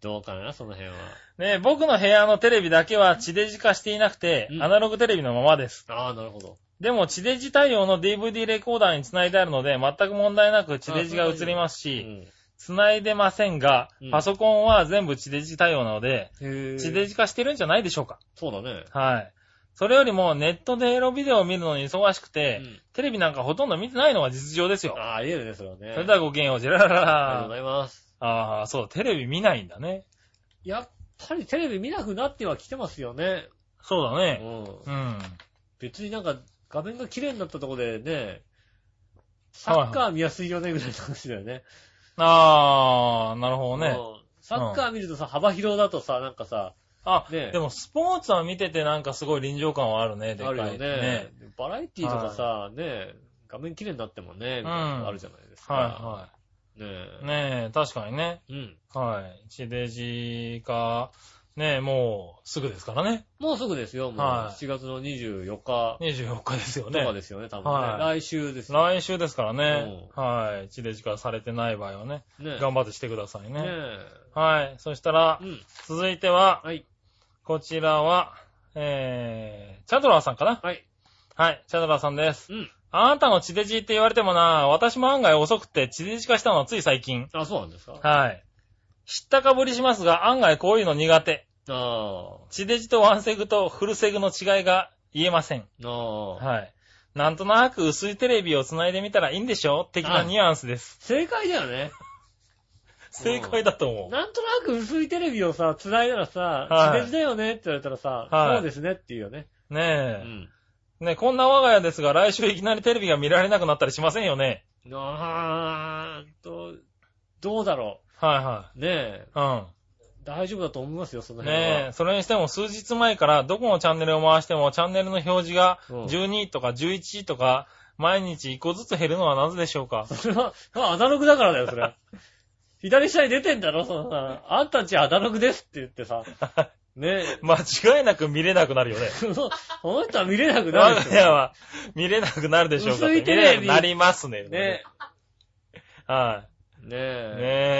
C: どうかなその辺は。
B: ねえ、僕の部屋のテレビだけは地デジ化していなくて
C: う、ん
B: アナログテレビのままです。
C: ああ、なるほど。
B: でも地デジ対応の DVD レコーダーに繋いであるので、全く問題なく地デジが映ります
C: う
B: し、
C: ん。
B: 繋いでませんが
C: うん、
B: パソコンは全部地デジ対応なので、
C: へえ。
B: 地デジ化してるんじゃないでしょうか。
C: そうだね。
B: はい。それよりもネットでエロビデオを見るのに忙しくて、
C: うん
B: テレビなんかほとんど見てないのが実情ですよ。
C: ああ、ありえるね、それはね。
B: それではごきげんよう、ジェララ
C: ありがとうご
B: ラ。
C: ざいます。
B: ああ、そう、テレビ見ないんだね。
C: やっぱりテレビ見なくなっては来てますよね。
B: そうだ
C: う
B: ね。
C: ん。
B: うん。
C: 別になんか画面が綺麗になったところでね、サッカー見やすいよねぐらいの話だよね。
B: ああ、なるほどね。
C: うんサッカー見るとさ、幅広だとさ、なんかさ、
B: あ、
C: ね
B: でもスポーツは見ててなんかすごい臨場感はあるね、で
C: あ
B: か
C: るよ
B: い。
C: ね。バラエティとかさ、ね、画面綺麗になってもね、みたいなのあるじゃないですか。
B: はい
C: はい。ね
B: いはい。ねえ、確かにね。
C: うん。
B: はい。地デジか、ねえ、もうすぐですからね。
C: もうすぐですよ、もう。
B: はい
C: 7月の24日
B: 24日ですよ
C: とか
B: ね。
C: ですよね、多分ね。
B: は
C: 来週ですよ。
B: 来週ですからね。はい。地デジ化されてない場合はね、
C: ね。
B: 頑張ってしてください
C: ね
B: ね。はい。そしたら
C: う、ん。
B: 続いては、
C: はい。
B: こちらは、えー、チャドラーさんかな
C: はい。
B: はい、チャドラーさんです。
C: うん。
B: あなたの地デジって言われてもな、私も案外遅くて地デジ化したのはつい最近。
C: あ、そうなんですか
B: はい。知ったかぶりしますが、案外こういうの苦手。
C: ああ。
B: 地デジとワンセグとフルセグの違いが言えません。
C: ああ。
B: はい。なんとなく薄いテレビを繋いでみたらいいんでしょ的なニュアンスです。
C: 正解だよね。
B: [LAUGHS] 正解だと思う。
C: なんとなく薄いテレビをさ、繋いだらさ、
B: はい
C: 地デジだよねって言われたらさ、
B: はい
C: そうですねって言うよね。う
B: ね
C: ん。
B: え。ねえこんな我が家ですが、来週いきなりテレビが見られなくなったりしませんよね。
C: あーと、どうだろ
B: はいは
C: う。ねえ、
B: い。うん。
C: 大丈夫だと思いますよ、その辺は。
B: ねえ、それにしても数日前からどこのチャンネルを回してもチャンネルの表示が
C: うん
B: 12とか11とか毎日1個ずつ減るのはなぜでしょうか [LAUGHS]
C: それは、それはアナログだからだよ、それ。左下に出てんだろ、そのさ、あんたんちアナログですって言ってさ、ねえ、
B: 間違いなく見れなくなるよね。
C: その、この人は見れなくな
B: 我
C: る
B: が
C: でし
B: 家
C: ょ。
B: は見れなくなるでしょうかって
C: 薄いテレビ
B: 見れなくなりますね。
C: ね
B: は
C: え、ね
B: い。
C: え。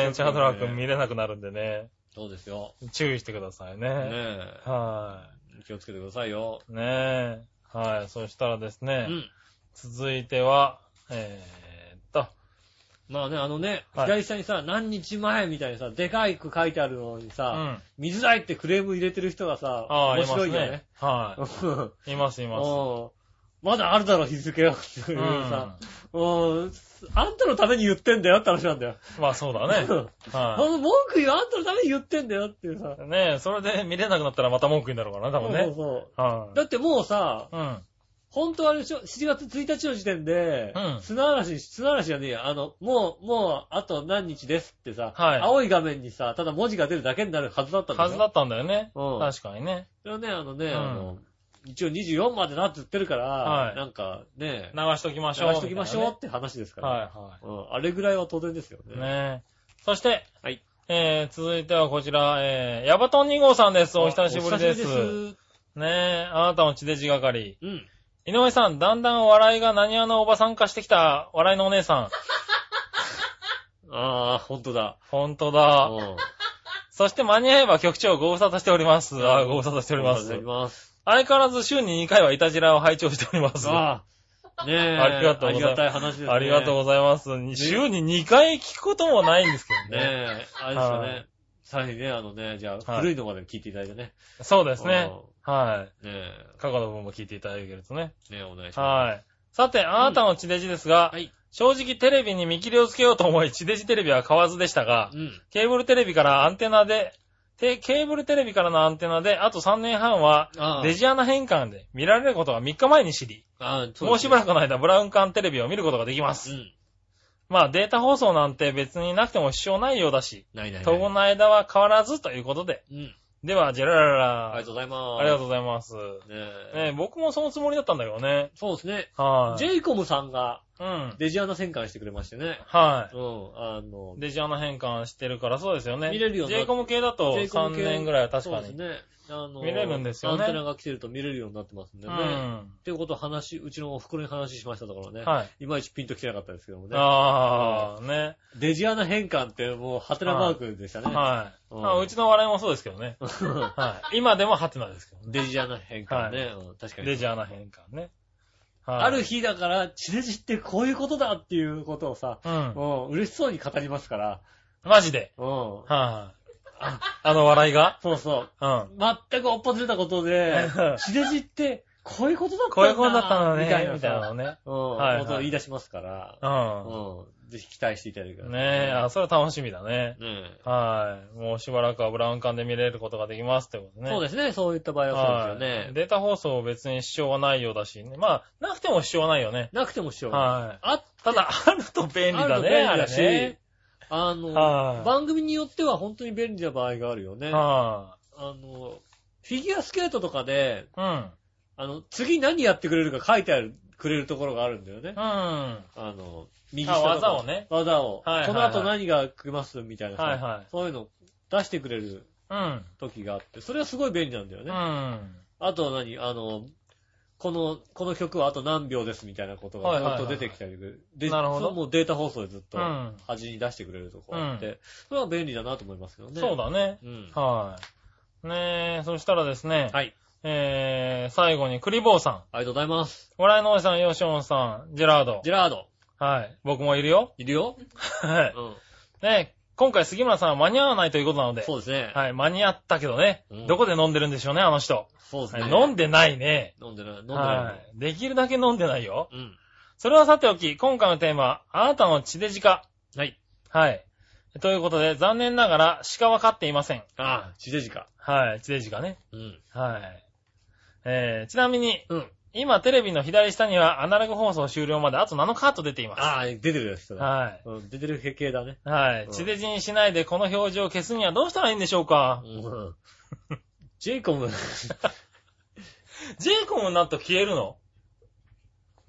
B: ねえ、チャドラー君
C: ね
B: 見れなくなるんでね。
C: そうですよ。
B: 注意してくださいね。
C: ねえ、
B: は
C: 気をつけてくださいよ。
B: い。ねえ。はい。そしたらです
C: う
B: ね、
C: ん。
B: 続いては、えーっと、
C: まあね、あのね、
B: はい
C: 左下にさ、何日前みたいにさ、でかいく書いてあるのに
B: う
C: さ、
B: ん。
C: 見づらいってクレーム入れてる人がさ、
B: ああ、
C: 面
B: いま
C: 白
B: す
C: いよ
B: ね
C: ね。。
B: はい。
C: うん
B: います、います。。
C: まだあるだろ、日付は。っていううんさ、うん、あんたのために言ってんだよって話なんだ
B: [LAUGHS]
C: よ。
B: まあそうだ
C: う
B: ね
C: ん。
B: は
C: 文句言う、あんたのために言ってんだよっていうさ。
B: い。ねえ、それで見れなくなったらまた文句になるからね、多分
C: そう
B: ね。
C: そう
B: は
C: だってもうさ、
B: い。うん。
C: 本当はあれでしょ、7月1日の時点で、
B: うん
C: 砂嵐、砂嵐じゃねえや、あの、もう、もう、あと何日ですってさ、
B: はい
C: 青い画面にさ、ただ文字が出るだけになるはずだったんだよ。
B: はずだったんだよね。
C: うん
B: 確かにね。
C: それはね、あのね、
B: うん
C: あの、一応24までなって言ってるから、
B: はい
C: なんかね
B: 流、しときま
C: 流
B: しょう。
C: しときましょうっ
B: み
C: て話です
B: た
C: か
B: い
C: ら、
B: なね。は
C: うんあれぐらいは当然ですよね。
B: いはい。ねえ。そして、
C: はい。
B: えー、続いてはこちら、えー、ヤバトン2号さんです。お久しぶりです。
C: お久しぶりです
B: ねえ、あなたの地デジ係。
C: うん。
B: 井上さん、だんだん笑いが何屋のおばさん化してきた笑いのお姉さん。
C: ああ、ほんとだ。
B: ほんとだ。
C: うん
B: そして間に合えば局長ご無沙汰しております。あーご無沙汰しておりま
C: お
B: す
C: 世話。になります。
B: 相変わらず週に2回はイタジラを拝聴しております。あ
C: ああ、ねえ、
B: ありがとうござ
C: あ
B: います
C: りがたい話ですね。
B: りがとうございます。週に2回聞くこともないんですけどね。
C: ねえ、あれですよ
B: は
C: ね。さらにね、あのね、じゃあ、
B: はい
C: 古いのまで聞いていただいてね。
B: そうですね。は
C: うん。ね
B: い。過去の分も聞いていただけるとね。
C: え、ねえ、お願いしま
B: はい。さて、あなたの地デジですが、
C: はい
B: 正直テレビに見切りをつけようと思い、地デジテレビは買わずでしたが
C: す。、うん。
B: ケーブルテレビからアンテナで、てケーブルテレビからのアンテナで、あと3年半は、
C: ああ
B: デジアナ変換で見られることが3日前に知り、
C: ああ、
B: もうしばら
C: く。
B: くの間ブラウン管テレビを見ることができます
C: う。ん。
B: まあデータ放送なんて別になくても支障ないようだし、
C: ないないない。
B: 当分の間は変わらずということで。
C: うん。
B: では、ジェララ
C: あり
B: ラ。
C: がとうございます。
B: ありがとうございます。
C: ねえ。
B: ね僕もそのつもりだったんだけどね。
C: そうですね。
B: はい
C: ジ。ェイコムさんが
B: うん。
C: デジアナ戦艦してくれましてね。
B: は
C: うん。あの
B: い。、デジアナ変換してるからそうですよね。
C: 見れるように
B: ジ
C: な
B: ェ
C: っ
B: イコム系だと3年ぐらいは確
C: そ
B: か
C: うです
B: に。
C: ね。あの、
B: 見れるんですよね
C: アンテナが来てると見れるようになってますんで
B: う
C: ね。
B: ん。
C: っていうことを話、うちのお袋に話しましたところね。
B: はい。
C: い。まいちピンと来てなかったですけどもね。
B: ああ、ね。
C: デジアナ変換ってもう、ハテナマークでしたね。
B: はい。
C: うん
B: あうちの笑いもそうですけど
C: [LAUGHS]
B: ね。はい。今でもハテナですけどね。
C: デジアナ変換ね。うん確かに。
B: デジアナ変換ね。はい
C: ある日だから、地デジってこういうことだっていうことをさ、
B: うん
C: う。ん、嬉しそうに語りますから、
B: マジで。
C: うん。
B: はい、あの笑いが
C: そうそう。
B: うん。、
C: 全くおっぽずれたことで地デジってこういうことだったんだ
B: こういうことだったの
C: み
B: ね、み
C: たい
B: たい
C: な
B: な
C: さ
B: のね。
C: うん、
B: はいはい
C: ことを言い出しますから、
B: う
C: うん。ぜひ期待していただければ。
B: ん。ねえ、あ、それは楽しみだね。
C: ねえ
B: はい。もうしばらくはブラウン管で見れることができますってことね。
C: そうですね、そういった場合はそうですよ
B: は
C: ね
B: い。。データ放送別に支障はないようだし、ね、まあ、なくても支障はないよね。
C: なくてもしよう。
B: はい
C: あった
B: だ、あると便利だね、あ
C: あると
B: れ
C: 便利だし
B: ね。
C: あの、
B: はい
C: 番組によっては本当に便利な場合があるよね。
B: は
C: あの、フィギュアスケートとかで、
B: うん。
C: あの、次何やってくれるか書いてある、くれるところがあるんだよね
B: う。ん。
C: あの、右下
B: あ、
C: とか
B: 技を。ね。
C: 技を。
B: はいはいはい
C: この後何が来ますみたいなさ
B: はいはい
C: そういうの出してくれる
B: うん。
C: 時があって、それはすごい便利なんだよ
B: う
C: ね。
B: ん。
C: あとは何あの、この、この曲はあと何秒ですみたいなこと
B: は
C: が
B: い
C: ず
B: はいは
C: っ
B: い
C: と出てきたり、で
B: なるほど
C: そうもうデータ放送でずっと
B: うん
C: 端に出してくれるとこあって、
B: うん
C: それは便利だなと思いますけどね。
B: そう。だね。
C: うん。
B: はい。ねえ、そしたらですね、
C: はい。
B: えー、最後にクリボーさ
C: ありがとうございます。
B: ん、笑いのおじさん、ヨシオンさん、ジェラード。
C: ジェラード、
B: はい。僕もいるよ。
C: いるよ
B: は
C: うん。
B: い。[LAUGHS] ねえ、今回杉村さんは間に合わないということなので、
C: そうですね。
B: はい、間に合ったけどね、
C: うん
B: どこで飲んでるんでしょうね、あの人。
C: そうです
B: は
C: ね。
B: い飲んでないね。
C: 飲んでない。飲んで
B: は。
C: ない
B: できるだけ飲んでないよ。
C: い。うん。
B: それはさておき、今回のテーマは、あなたの地デジ化。
C: はい。
B: はい。ということで、残念ながら、しかわかっていません。
C: ああ、地デジか。
B: はい、地デジ化ね。
C: うん。
B: はい。えー、ちなみに、
C: うん。
B: 今テレビの左下にはアナログ放送終了まであと7日と出ていま
C: ああ、出てるやつ
B: す。
C: だ。
B: は
C: うん、出てる系だね。
B: い。は
C: う
B: い。
C: ん
B: 地デジにしないでこの表示を消すにはどうしたらいいんでしょうか
C: うん。ジェイコ
B: [LAUGHS]
C: ム、
B: ジェイコムになったら消えるの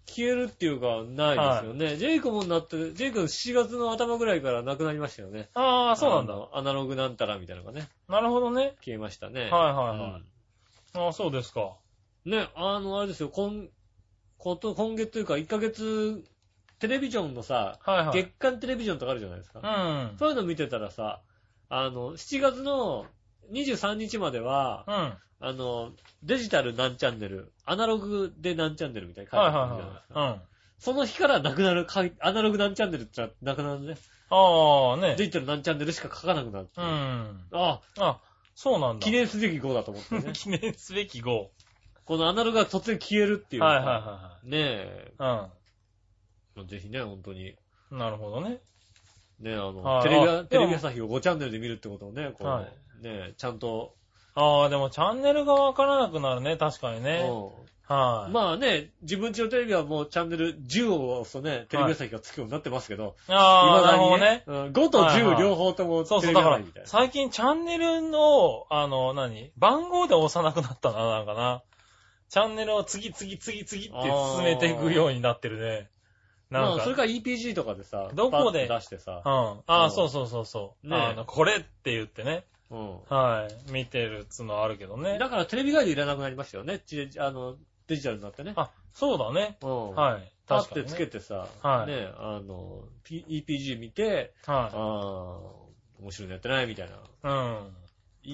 C: 消えるっていうか、ないですよね。ジェイコムになって、ジェイコム7月の頭ぐらいからなくなりましたよね。
B: ああ、そうなん
C: あ
B: だ。
C: のアナログなんたらみたいなのがね、
B: なるほどね。
C: 消えましたね。
B: はいはいはああ、そうですか。
C: い。ね、あの、あれですよ、今、こと、今月というか、1ヶ月、テレビジョンのさ、
B: はいはい。
C: 月間テレビジョンとかあるじゃないですか。
B: うん。
C: そういうの見てたらさ、あの、7月の23日までは
B: う、ん。はい
C: あの、デジタル何チャンネル、アナログで何チャンネルみたいな書いて
B: はい
C: あるじゃないですか。
B: はい。うん。
C: その日からなくなる、かいアナログ何チャンネルってなくなるね。
B: ああ、ね。
C: デジタル何チャンネルしか書かなくなる。
B: う
C: あ
B: ん。
C: あ、
B: あ、そうなんだ。。
C: 記念すべき号だと思ってね
B: [LAUGHS] 記念すべき号。
C: このアナログが突然消えるっていう。
B: はいはいは
C: ねえ、
B: いは
C: ぜひね、本当に。
B: い。うん。なるほどね。
C: ねあの、
B: はい
C: テレビ
B: あで
C: は、
B: も
C: テレビ朝日を5チャンネルで見るってことをね、こう、
B: はい
C: ねえ、ちゃんと、
B: ああ、でもチャンネルがわからなくなるね、確かにね。
C: うん
B: はい。
C: まあね、自分家のテレビはもうチャンネル10を押すとね、テレビ朝日がつくようになってますけど、
B: ああ、なるほど
C: 未だ
B: ね。
C: うん5と
B: はいは
C: 10
B: い
C: 両方とも
B: そう
C: テ
B: そ
C: レビ
B: う、だ
C: 朝
B: から
C: 日みたい、な。
B: 最近チャンネルの、あの、何番号で押さなくなったな、なんかな。チャンネルを次々次々って進めていくようになってるね。なん
C: まあ、
B: か。
C: それから EPG とかでさ、
B: どこ
C: パ
B: で
C: ッと出してさ、
B: うん。あ
C: う
B: あ、
C: ん
B: そうそうそうそう。
C: ねえ
B: あの、これって言ってね。
C: うん
B: はい。見てるっつうのはあるけどね。
C: だからテレビガイドいらなくなりましたよね。ちあの、デジタルになってね。
B: あ、そうだね。
C: うん。い。
B: はい。
C: パ
B: 確
C: っ
B: か
C: て
B: に、
C: つけ
B: ね。
C: てさ、
B: はい
C: ね、あの、P- EPG 見て、
B: は
C: あー、面白いのやってないみたいな。
B: い。うん。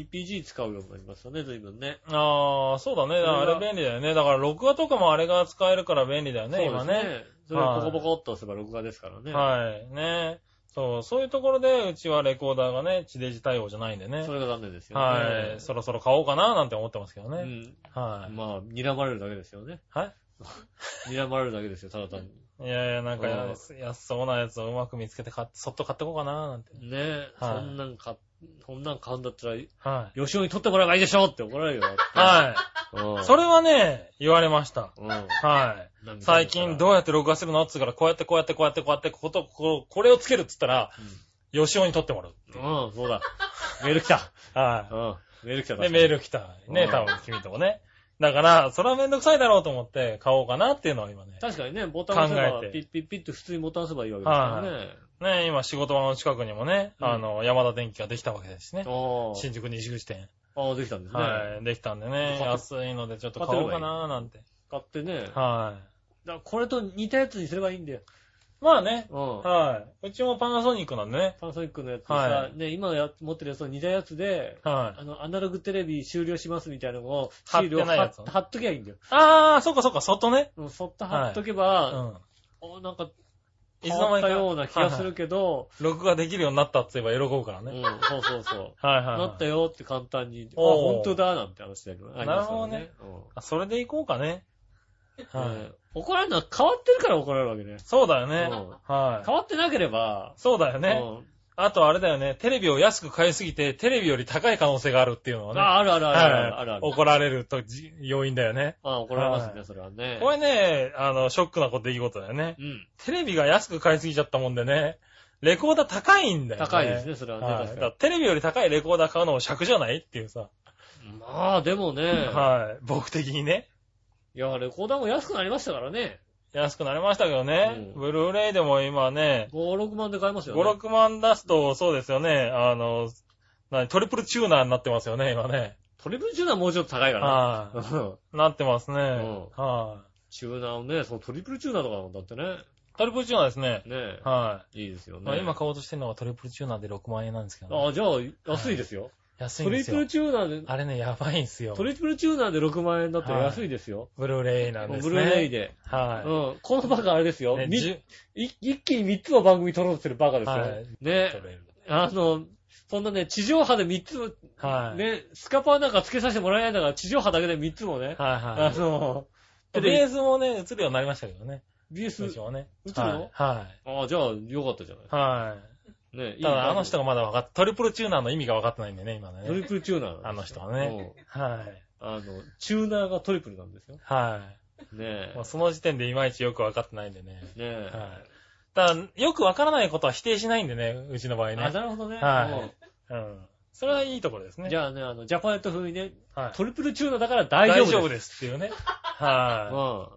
C: EPG 使うようになりましたね、随分ね。
B: ああ、そうだね。
C: それは
B: あれ便利だよね。だから、録画とかもあれが使えるから便利だよね、
C: そ
B: 今
C: うです
B: ね。。
C: それをポコポコっと押せば録画ですからね。
B: はい。ねそう、そういうところで、うちはレコーダーがね、地デジ対応じゃないんでね
C: そ。れが残念ですよね。
B: はい。そろそろ買おうかな、なんて思ってますけど
C: う
B: ね。
C: ん。
B: はい。
C: まあ、睨まれるだけですよね。
B: は
C: 睨まれるだけですよ、ただ単に。
B: いいやいや、なんか
C: うん
B: 安、安そうなやつをうまく見つけて買って、そっと買ってこうかな、なんて。
C: ねえ、
B: はい
C: そんなんか、そんなん買うんだったら、
B: はい。
C: 吉尾に取ってもらえばいいでしょって怒られるよ。。
B: はい
C: う
B: い。
C: ん。
B: それはね、言われました。
C: うん。
B: はい。最近どうやって録画するのっつうから、こうやってこうやってこうやってこうやって、こと、ここれをつけるっつったら、吉尾に撮ってもらう。
C: うん、そうだ。メール来た。
B: は
C: うん。メール来た。
B: い。で、メー
C: ル。
B: ル来た。ね、
C: うん
B: 多分君ともね。だから、それはめんどくさいだろうと思って買おうかなっていうのは今ね。
C: 確かにね、ボタン押せば
B: 考え、て
C: ピッピッピッと普通にボタン押せばいいわけですからね。
B: ね、今仕事場の近くにもね、
C: うん
B: あの、山田電機ができたわけですしね。
C: あ
B: 新宿西口店。
C: あ。ああ、できたんですね。
B: はい。できたんでね、
C: 買っ
B: 安いのでちょっと買おうかななんて。
C: 買ってね。だか
B: は
C: らこれと似たやつにすればいいんだよ。
B: い。まあね、
C: うん。
B: はい。うちもパナソニックなんでね。
C: パナソニックのやつ
B: は
C: さ、ね、今や持ってるやつと似たやつで、
B: はい。
C: あの、アナログテレビ終了しますみたいなのを、シ
B: 貼って
C: ールを
B: ない
C: 貼
B: や
C: っ
B: つをね
C: 貼っときゃいいんだよ。
B: あー、そっかそっか、外ね。
C: うんそっと貼っとけ
B: う
C: ば、
B: ん。
C: おなんか、
B: い
C: 変
B: つの
C: わっ
B: 間にか
C: たような気がするけど、
B: 録画できるようになったって言えば喜ぶから
C: うん
B: ね。、
C: そうそうそう。
B: はいはい、
C: なった
B: よ。
C: よって簡単に、あ、
B: おー
C: 本当だ、なんて話だけど。ありますよ
B: なる。あそれでいこうかね。
C: うん
B: はい。
C: ね怒られるのは変わってるから怒られるわけね。
B: そうだよね
C: うん。
B: はい
C: 変。わってなければ、
B: そうだよね。
C: うん
B: あとあれだよね、テレビを安く買いすぎて、テレビより高い可能性があるっていうのはね。
C: あ、あるあるある
B: はい
C: あるあるある。
B: 怒られるとじ要因だよね。
C: あ怒られます
B: は
C: ね、それはね。
B: これね、あの、ショックなこと、出来事だよね。
C: うん。
B: テレビが安く買いすぎちゃったもんでね、レコーダー高いんだよね。
C: 高いですね、それはね。
B: はい。
C: 確か
B: だから
C: に。
B: テレビより高いレコーダー買うのも尺じゃないっていうさ。
C: まあ、でもね、
B: はい。僕的にね。
C: いや、レコーダーも安くなりましたからね。
B: 安くなりましたけどね。
C: うん
B: ブルーレイでも今ね、
C: 5、6万で買えますよね。
B: 5、6万出すと、そうですよね。あの、何、トリプルチューナーになってますよね、今ね。
C: トリプルチューナーもうちょっと高いから
B: は
C: ね。うん
B: い。なってますね。
C: ん
B: は
C: [LAUGHS] チューナーをね、そのトリプルチューナーとかなんだってね。
B: い。トリプルチューナーですね。
C: ね
B: はい
C: いですよ
B: い。
C: ね。
B: まあ今買おうとしてるのがトリプルチューナーで6万円なんですけどね、
C: ああ、じゃあ、安いですよ。
B: 安い
C: ト
B: んで
C: リ
B: す
C: プル
B: よ。
C: チューナーで、
B: あれね、やばいんすよ
C: ト。リプルチューナーで6万円だったら安いですよ。
B: ブルーレイなんですね。
C: ブルーレイ。で。
B: はい。
C: うん。このバカあれですよ。
B: ね
C: み
B: じゅ
C: い一気に3つの番組撮ろうとしてるバカですよ。
B: はい
C: ね。あの、そんなね、地上波で3つも、
B: はい。
C: ね、スカパーなんかつけさせてもらえないんだから、地上波だけで3つもね、
B: はいは
C: あの、
B: い。
C: テ
B: ベ
C: レ
B: ースもね、映るようになりましたけどね。
C: ビ、BS
B: 通、常ね。
C: 映るの
B: は
C: ああ、じゃあ、よかったじゃない
B: い。は
C: い。
B: い。
C: ね、いい
B: ただ、あの人がまだ分かっトリプルチューナーの意味が分かってないんでね、今
C: トリ
B: ね。
C: プルチューナーなんですよ
B: あの人はね。はい。
C: うんあの、チューナーがトリプルなんですよ。
B: は
C: ね
B: い。もうその時点でいまいちよく分かってないんでね。
C: え。ねえ。
B: はい。ただ、よく分からないことは否定しないんでね、うちの場合
C: あ、
B: ね。
C: なるほどね。
B: はい
C: も
B: うん。それはいいところです
C: う
B: ね。
C: じゃあね、あの、ジャパネット風にね、
B: はい。
C: トリプルチューナーだから大丈
B: 大
C: 夫
B: 丈夫
C: です。
B: ですっていうね。は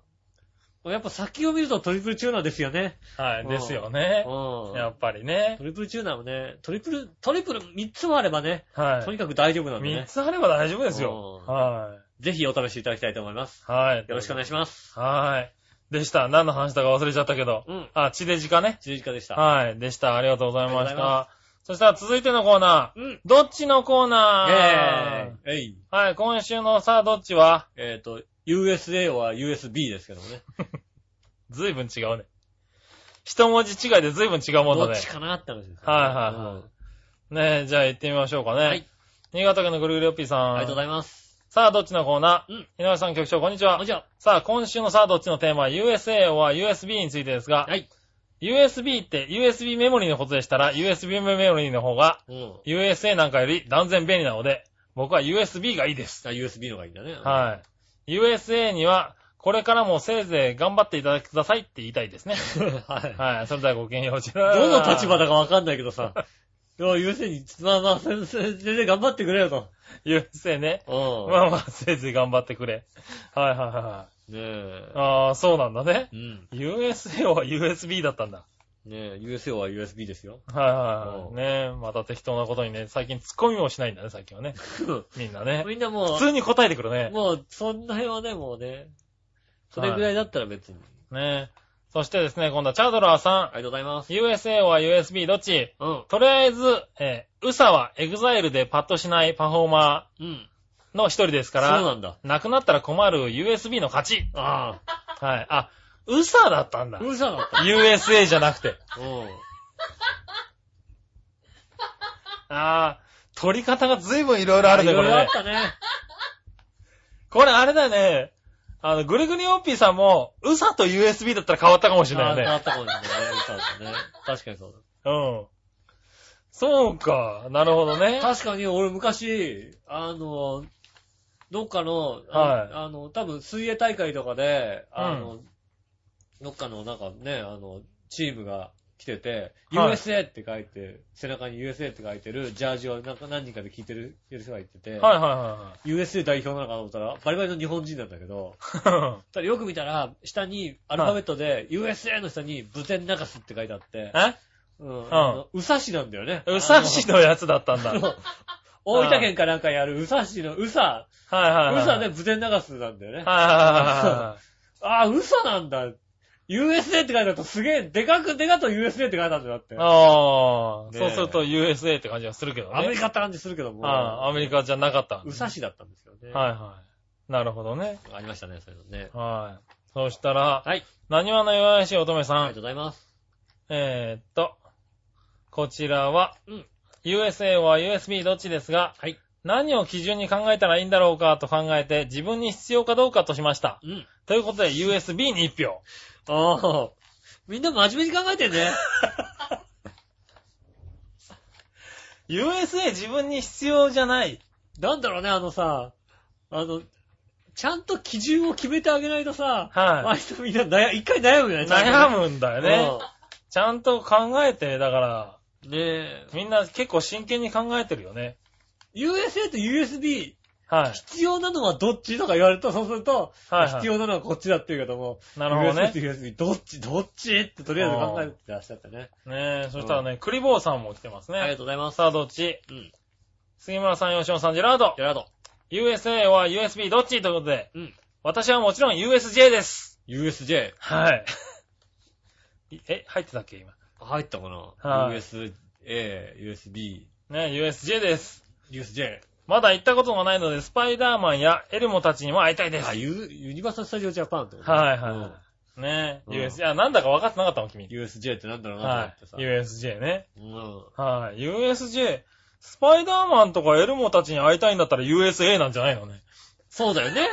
C: うん。やっぱ先を見るとトリプルチューナーですよね。[LAUGHS]
B: い。はい。
C: うん
B: ですよ
C: う
B: ね。
C: ん。
B: やっぱりね
C: ト。リプルチューナーもね、トリプル、トリプル3つもあればね、
B: は
C: とに
B: い。
C: かく大丈夫なんで
B: 3
C: ね。
B: つあれば大丈夫ですよ。
C: うん
B: は
C: ぜひお試しいただきたいと思います。
B: い。はい。
C: よろしくお願いします。
B: はい。でした。何の話だか忘れちゃったけど。
C: うん。
B: あ、地デジかね。
C: 十字架でした。
B: はい。でした。ありがとうございま
C: あ
B: し
C: りがとうござい
B: た。そしたら続いてのコーナー。
C: うん。
B: どっちのコーナー
C: えーえい。
B: はい。今週のさあどっちは
C: えっと、USA は USB ですけどもね。
B: ずいぶん違うね。一文字違いでずいぶん違うもの
C: ど
B: だ
C: っ
B: ね
C: ち。かなって話ですね。
B: はいはいはい
C: うん
B: ねえ、じゃあ行ってみましょうかね。
C: はい。
B: 新潟県のぐるぐるよっぴーさん。
C: ありがとうございます。
B: さあどっちのコーナー
C: うん
B: 井上さん局長、こんにちは
C: あ、。じゃ
B: さあ、今週のさあどっちのテーマは USA は USB についてです
C: あ。
B: が、
C: はい。
B: USB って USB メモリーのことでしたら、USB メモリーの方が
C: うん。
B: USA なんかより断然便利なので、僕は USB がいいです。
C: あ、USB のがいいんだね。
B: はい。USA には、これからもせいぜい頑張っていただきくださいって言いたいですね。
C: い。 [LAUGHS] はい。
B: はい。それではごきげんよう。
C: ど
B: ど
C: の立場だかわかんないけどさ。いや、要するに、まあまあ、先生、全然頑張ってくれよと。
B: ?USA ね。
C: う
B: まあまあ、せいぜい頑張ってくれ。はいはいは
C: ねえ
B: い。。ああ、そうなんだね
C: う。ん。
B: USA は USB だったんだ。
C: ねえ、USO は USB ですよ。
B: は
C: う
B: い
C: ん
B: はいはい。ねえ、また適当なことにね、最近ツッコミもしないんだね、最近はね。みんなね。
C: みんなも
B: 普通に答えてくる
C: う、
B: ね。
C: もう、そんな辺はね、もうね、それぐらいだったら別に。
B: ねえ。そしてですね、今度はチャドラー
C: あ
B: さ
C: りがとうございま
B: ん。
C: す。
B: USA は USB どっち
C: うん。
B: とりあえず、えー、ウサはエグザイルでパッとしないパフォーマ
C: うん。
B: ーの一人ですか
C: そう
B: ら、
C: なんだ。
B: なくなったら困る USB の勝ち。
C: あ
B: はい。あ、ウサだったん
C: [LAUGHS] あ。
B: だ。
C: うるさかっ
B: USA じゃなくて。
C: た。うん。
B: あー、取り方が随分いろいろあるね、
C: い
B: こ
C: ろい
B: れ
C: ろあっ
B: ね。
C: たね。
B: これあれだね。あの、ぐるぐるよっぴーさんも、ウサと USB だったら変わったかもしれないよ
C: ああ
B: ね。
C: ったかもしれない。そうだね確かにそう
B: うん。そうか。なるほど
C: [LAUGHS] だ。。
B: ね [LAUGHS]
C: 確かに、俺昔、あの、どっかの、あ
B: はい
C: あの、多分水泳大会とかで、あの、どっかのなんかね、あの、チームが来てて、
B: はい
C: USA って書いて、背中に USA って書いてるジャージをなんか何人かで聞いてる人が言ってて、
B: はいは
C: USA 代表なのかと思ったら、バリバリの日本人なんだけど、
B: いは
C: ただよく見たら、下に、アルファベットで、USA の下に、ブテンナカスって書いてあって
B: い、はい。 [LAUGHS]
C: うん
B: ん
C: あの宇佐市なんだよね。
B: えウサシのやつだったんだ。
C: あ [LAUGHS]
B: はい
C: の。あの大分県かなんかやる宇佐市の宇佐、
B: は
C: 宇
B: いはい。
C: 佐でブテンナカスなんだよね。
B: は
C: ああ、宇佐なんだ。USA って書いてあるとすげえ、でかくでかと USA って書いてあるんだよだっ
B: いはいはい。
C: て。
B: ああ、
C: ねえ
B: そうすると USA って感じがするけどね。
C: アメリカって感じするけども、
B: ああアメリカじゃなかったんだね
C: 宇佐市だったんですよね。
B: はいはい。なるほどね。
C: ありましたね、そういうのね。
B: はい。そしたら、
C: はい。
B: 何話の弱々しい乙女
C: あり
B: さ
C: が
B: ん
C: と。うございます。
B: えーっと、こちらは、
C: うん
B: USA は USB どっちですが、
C: はい。
B: 何を基準に考えたらいいんだろうかと考えて、自分に必要かどうかとしました。
C: うん。
B: ということで、USB に1票。
C: ああ、みんな真面目に考えてん
B: [LAUGHS]
C: ね。
B: USA 自分に必要じゃない。
C: なんだろうね、あのさ、あの、ちゃんと基準を決めてあげないとさ、
B: はい
C: 割とみんな悩一回悩むよね、ちゃんとね
B: 悩むんだよね。ちゃんと考えて、だから、
C: うんねえ。
B: みんな結構真剣に考えてるよね。
C: USA と USB、
B: はい。
C: 必要なのはどっちとか言われると、そうすると、
B: はい、は
C: 必要なのはこっちだっていうけども、
B: い。なるほどね。
C: US と USB どっち、どっちってとりあえず考えてらっしゃってね。
B: ねえ、そしたらね、クリボーさんも来てますね。
C: ありがとうございます。
B: さあ、どっち
C: うん。
B: 杉村さん、吉野さん、ジェラード
C: ジ。ェラード。
B: USA は USB どっちということで、
C: うん。
B: 私はもちろん USJ です。
C: USJ。
B: はい。 [LAUGHS] え、入ってたっけ今。
C: 入ったかな
B: はい
C: ?USA、USB、
B: ね、USJ です。
C: USJ。
B: まだ行ったことがないので、スパイダーマンやエルモたちにも会いたいです。
C: あ、ユユニバーサル・スタジオ・ジャパンってこと
B: はいはい
C: うん
B: ね、
C: うん
B: USJ。あ、なんだか分かってなかったもん、君。
C: USJ ってなんだろう
B: は
C: なと思ってさ。
B: い。USJ ね。
C: うん。
B: はい。USJ。スパイダーマンとかエルモたちに会いたいんだったら USA なんじゃないのね。
C: そうだよね。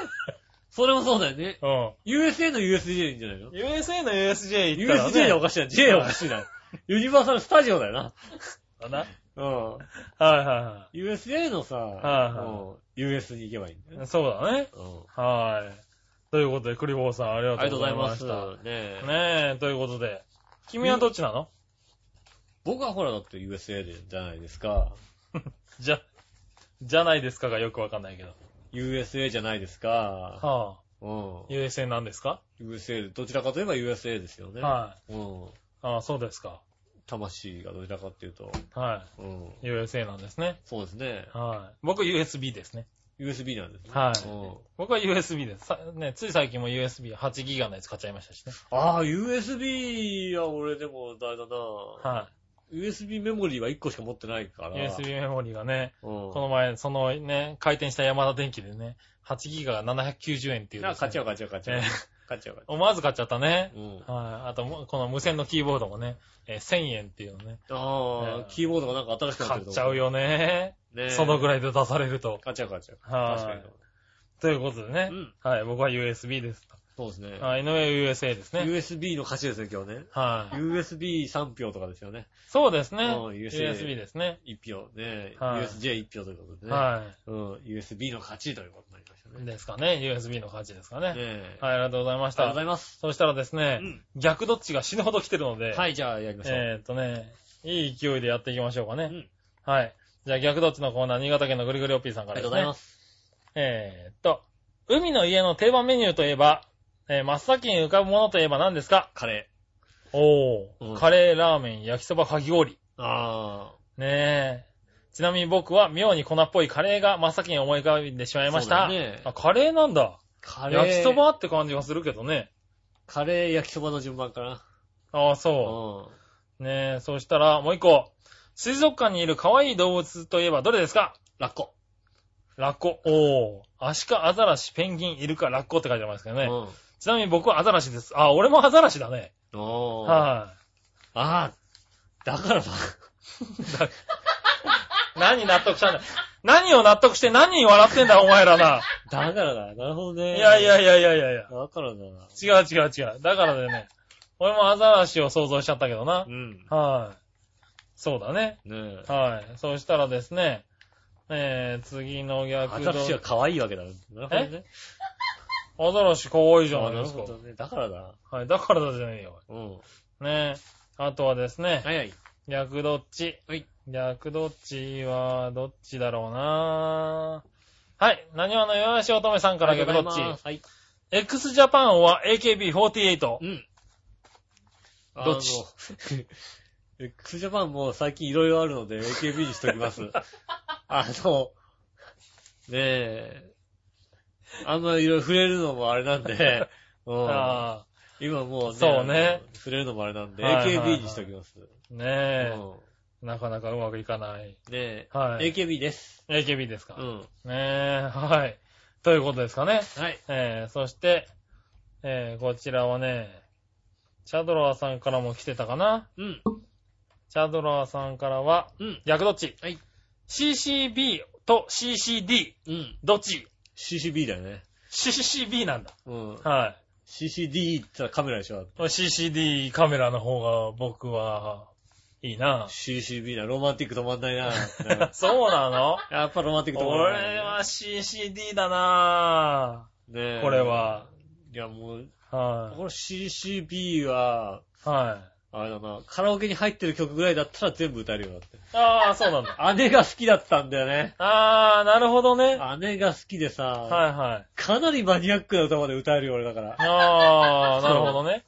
C: それもそうだよね。
B: うん。
C: USA の USJ でいいんじゃないの
B: USA の USJ 行ったら、ね。
C: ?USJ でおかしいな。J おかしいな。ユニバーサル・スタジオだよな。
B: かな。
C: うん。
B: はいは
C: USA のさ、
B: は
C: うん US に行けばいいんだよ
B: いは
C: ね。
B: い。そうだね。
C: うん。
B: はい。ということで、クリボーさんあり
C: あ
B: が
C: りが
B: と
C: と
B: う
C: う
B: ご
C: ご
B: ざ
C: ざ
B: い
C: い
B: ま
C: ま
B: し
C: す。ね
B: た。
C: え
B: ねえ、ということで。君はどっちなの、
C: 僕はほらだって USA でじゃないですか。
B: じゃ、じゃないですかがよくわかんないけど。
C: USA じゃないですか。
B: はあ、
C: うん。
B: USA なんですか
C: USA で、どちらかといえば USA ですよね。
B: は
C: うん。
B: い。ああ、そうですか。
C: 魂がどちらかっていうと。
B: は
C: うん。
B: い。USA なんですね。
C: そうですね。
B: はい。僕 USB ですね。
C: USB なんですね。
B: はい
C: うん
B: 僕は USB です。さね、つい最近も USB8 ギガのやつ買っちゃいましたしね。
C: ああ、USB は俺でもあれだな。
B: は
C: USB メモリーは1個しか持ってないから。
B: い。USB メモリがね、
C: うん。
B: この前、そのね、回転した山田電機でね、8ギガが790円っていう、
C: な、買っちゃう買
B: か。
C: っちゃう買っちゃう
B: ね。
C: 買っちゃう買っちゃ
B: 思わず買っちゃったね。
C: う。うん。
B: はい。あともう、この無線のキーボードもね、えー1000円っていうのね、
C: ああ
B: ね、
C: キーボードがなんか新しくなっ
B: 買
C: てる
B: っ
C: と
B: ちゃう。よね。
C: ね
B: そのぐ
C: い。
B: らいで出されると。
C: 買っちゃう買っちゃう。
B: はい
C: 確かに。
B: ということでね
C: う。ん。
B: はい。僕は USB です。
C: そうですね。
B: あ、井上 USA ですね。
C: USB の勝ちですね、今日ね。
B: はい。
C: USB3 票とかですよね。
B: そうですね。
C: うん USA
B: USB ですね。
C: 1票ね。
B: はい
C: USJ1 票ということでね。
B: は
C: うん。USB の勝ちということになりました
B: い。
C: ね。ね
B: ですかね。USB の感じですかね。
C: え。あ
B: はい、ありがとうございま
C: り
B: し
C: がとう
B: た
C: ござ。います。
B: そしたらですね、
C: うん
B: 逆どっちが死ぬほど来てるので、
C: はい、じゃあやりましょう。
B: えーっとね、いい勢いでやっていきましょうかね。
C: うん
B: はい。じゃあ逆どっちのコーナー、新潟県のぐりぐりおっぴーさんか
C: あり
B: ら
C: が
B: で
C: とうございま
B: すね。
C: す。
B: えーっと、海の家の定番メニューといえば、えー真っ先に浮かぶものといえば何ですか
C: カレ
B: おー、
C: うん
B: カレー、ラーメン、焼きそば、かき氷。
C: ー。あ
B: ねえ。ちなみに僕は妙に粉っぽいカレーが真っ先に思い浮かんでしまいました。
C: そうだよね
B: あ、カレーなんだ。
C: カレー。
B: 焼きそばって感じがするけどね。
C: カレー、焼きそばの順番かな。
B: ああ、そうう。ねえ、そしたらもう一個。水族館にいる可愛い動物といえばどれですか
C: ん。ラッコ。
B: ラッコ。おー。アシカ、アザラシ、ペンギン、イルカ、ラッコって書いてありますけど
C: う
B: ね。
C: ん。
B: ちなみに僕はアザラシです。あ、俺もアザラシだね。
C: おー。あ
B: は
C: あー。だからば。
B: い。何納得したんだ。何を納得して何に笑ってんだ、お前らな。
C: だからだ。なるほどね。
B: いやい。やいやいやいやいや。
C: だからだ。
B: 違う違う違う。だからだよね。俺もアザラシを想像しちゃったけどな
C: う。ん。
B: はい。そうだね。
C: ねえ。
B: はい。そうしたらですね、えー、次の逆ど
C: 私は可愛いわけだ。なるほどね。
B: アザラシ可愛いじゃ
C: あ
B: ない
C: な
B: で
C: る
B: すか
C: ほ。どね。だからだ。
B: はい。だからだじゃねえよ。
C: うん。
B: ねえ。あとはですね、
C: はいはい。
B: 逆どっち。
C: はい。
B: 逆どっちは、どっちだろうなはい。何話のよしおとめさんから逆どっち。
C: はい。
B: x ジャパンは AKB48。
C: うん。
B: どっち
C: あの x ジャパンも最近いろいろあるので AKB にしとき [LAUGHS] ます。あの、ねえ、あんまりいろいろ触れるのもあれなん [LAUGHS] で、うん
B: あ
C: 今もうね
B: そうね
C: 触れるのもあれなんで
B: はいはいはい
C: AKB にしときます。
B: あ。ね
C: うん
B: え。なかなかうまくいかない。
C: ねえ、
B: はい。
C: AKB です。
B: AKB ですか。
C: う
B: ね
C: ん。
B: え、はい。ということですかね。
C: はい。
B: えー、そして、えー、こちらはね、チャドラーさんからも来てたかな。
C: うん。
B: チャドラーさんからは、
C: うん。
B: 逆どっち
C: はい。
B: CCB と CCD、
C: うん。
B: どっち
C: CCB だよね。
B: ?CCB なんだ。
C: うん。
B: はい。
C: CCD って言ったらカメラでしょ。
B: CCD カメラの方が僕は、いいな。
C: CCB だ。ロマンティック止まんないな。ね
B: [LAUGHS] そうなの
C: [LAUGHS] やっぱロマンティック止まんない。
B: 俺は CCD だな
C: ねえ
B: これは。
C: いやもう、
B: ぁ。は
C: これ CCB は、
B: い。は
C: あれだな、カラオケに入ってる曲ぐらいだったら全部歌えるようになって。
B: ああ、そうなんだ。
C: 姉が好きだったんだよね。
B: ああ、なるほどね。は
C: 姉が好きでさ、
B: いはい。
C: かなりマニアックな歌まで歌えるよ、俺だから。
B: ああ、なるほどね。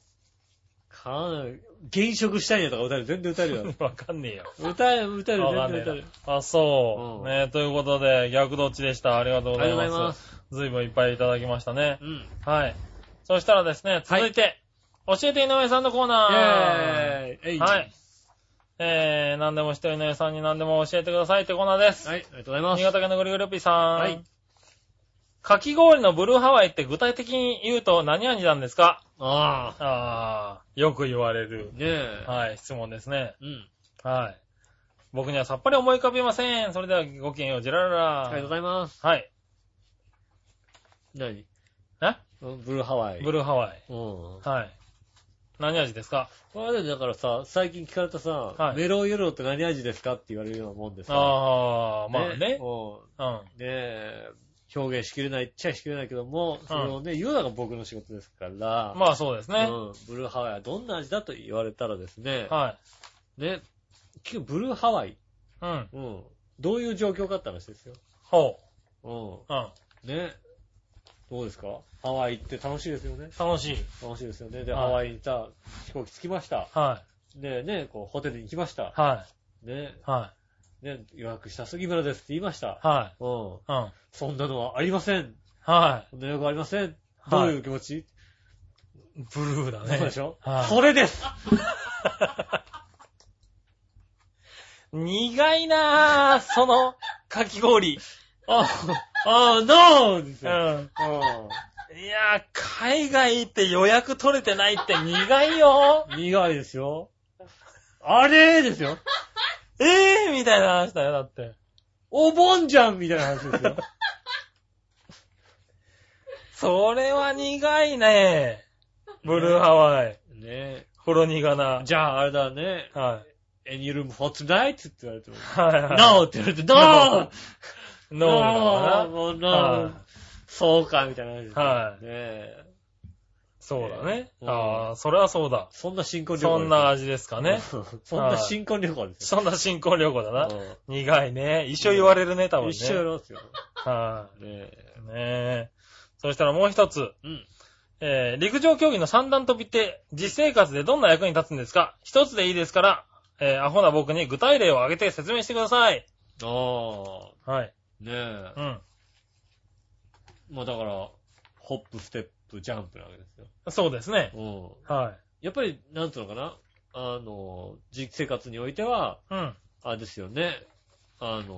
C: かなり、減色したいんやとか歌える。全然歌える
B: [LAUGHS]
C: よ。
B: わかんねえよ。
C: 歌える、歌える、
B: わか
C: 全
B: ん
C: 然歌
B: ね
C: え
B: え
C: る。
B: な。あ、そう。
C: うん
B: ねということで、逆どっちでした。ありがとうござい
C: ありがとうございま
B: ます。随分いっぱいいただきましたね。
C: うん。
B: はい。そしたらですね、続いて、教えて井上さんのコーナー。
C: イェーイえい
B: はい。。えー、何でも知ってる井上さんに何でも教えてくださいってコーナーです。
C: はい、ありがとうございます。
B: 新潟県のぐりぐるぴーさん。
C: はい。
B: かき氷のブルーハワイって具体的に言うと何味なんですか
C: あ
B: あー、よく言われる
C: あ、。ねえ。
B: はい、質問ですね。
C: うん。
B: はい。僕にはさっぱり思い浮かびません。それではごきげんよう、ジェラ
C: あ
B: ララ。
C: りがとうございます。
B: はい。
C: 何
B: え
C: うんブルーハワイ。
B: ブ
C: ル
B: ルーハワイ。
C: うん。
B: はい。何味ですか
C: これまでだからさ、最近聞かれたさ、
B: はい
C: メロンイエローって何味ですかって言われるようなもんでさ。
B: あー、まあね。
C: うん
B: うん。
C: ねえ、表現しきれないっちゃしきれないけども、それをね、言うのが僕の仕事ですから、
B: まあそうですね。
C: うん、ブルーハワイはどんな味だと言われたらですね、
B: はい。
C: ね、結局ブルーハワイ、
B: うん。
C: うん、どういう状況かって話ですよ。
B: ほ
C: う
B: う。う
C: ん、
B: ん。
C: ね、どうですかハワイって楽しいですよね。
B: 楽しい。
C: 楽しいですよね。で、
B: はい
C: ハワイにさ、飛行機着きました。
B: は
C: で、ね、こう、ホテルに行きまし
B: い。
C: た。
B: は
C: ね、
B: い。は
C: ね、予約した杉村ですって言いました
B: い。。は
C: うん、
B: い。うん。
C: そんなのはありません。
B: は
C: そんな予約ありません。ど
B: はいう
C: いう気持ち、
B: い。ブルーだね。
C: そうでしょ、
B: はい
C: それです
B: [LAUGHS] 苦いなぁ、その、かき氷。
C: あ、あ、ノーです
B: うん。い
C: よ。
B: や
C: う
B: ぁ、海外行って予約取れてないって苦いよ
C: ん。苦いですよ。 [LAUGHS] あれーですよ。
B: えぇ、みたいな話だよ、だって。
C: お盆じゃんみたいな話です
B: [LAUGHS]
C: よ。
B: それは苦いねブルーハワイ。
C: ねえ。
B: ほろ苦な。
C: じゃああれだね。
B: は
C: Any room for tonight? って言われても。
B: い。はいはい。
C: No! って言われて、No!
B: No だわな。
C: もう
B: は
C: No!
B: い
C: そうか、みたいな話ですよ。
B: はい
C: ねえ。
B: そうだね。
C: うん
B: ああ、それはそうだ。
C: そんな新婚旅行
B: そんな味ですかね
C: です。よ。そんな新婚旅行ですよ。
B: そんな新婚旅行だな。
C: う
B: 苦いね。一生言われるね、多
C: ん
B: 分ね。
C: 一緒やろうっすよ。
B: は
C: ねえ。
B: い。ねえ。そしたらもう一つ。
C: うん。
B: えー、陸上競技の三段飛びって、実生活でどんな役に立つんですか一つでいいですから、えー、アホな僕に具体例を挙げて説明してください。
C: ああ。
B: はい。
C: ねえ。
B: うん。
C: まあだから、ホップ、ステップ、ジャンプなわけですよ。
B: そうですね。
C: うん。
B: は
C: やっぱり、なんつうのかなあの、実生活においては、
B: い。うん。
C: あれですよね。あの、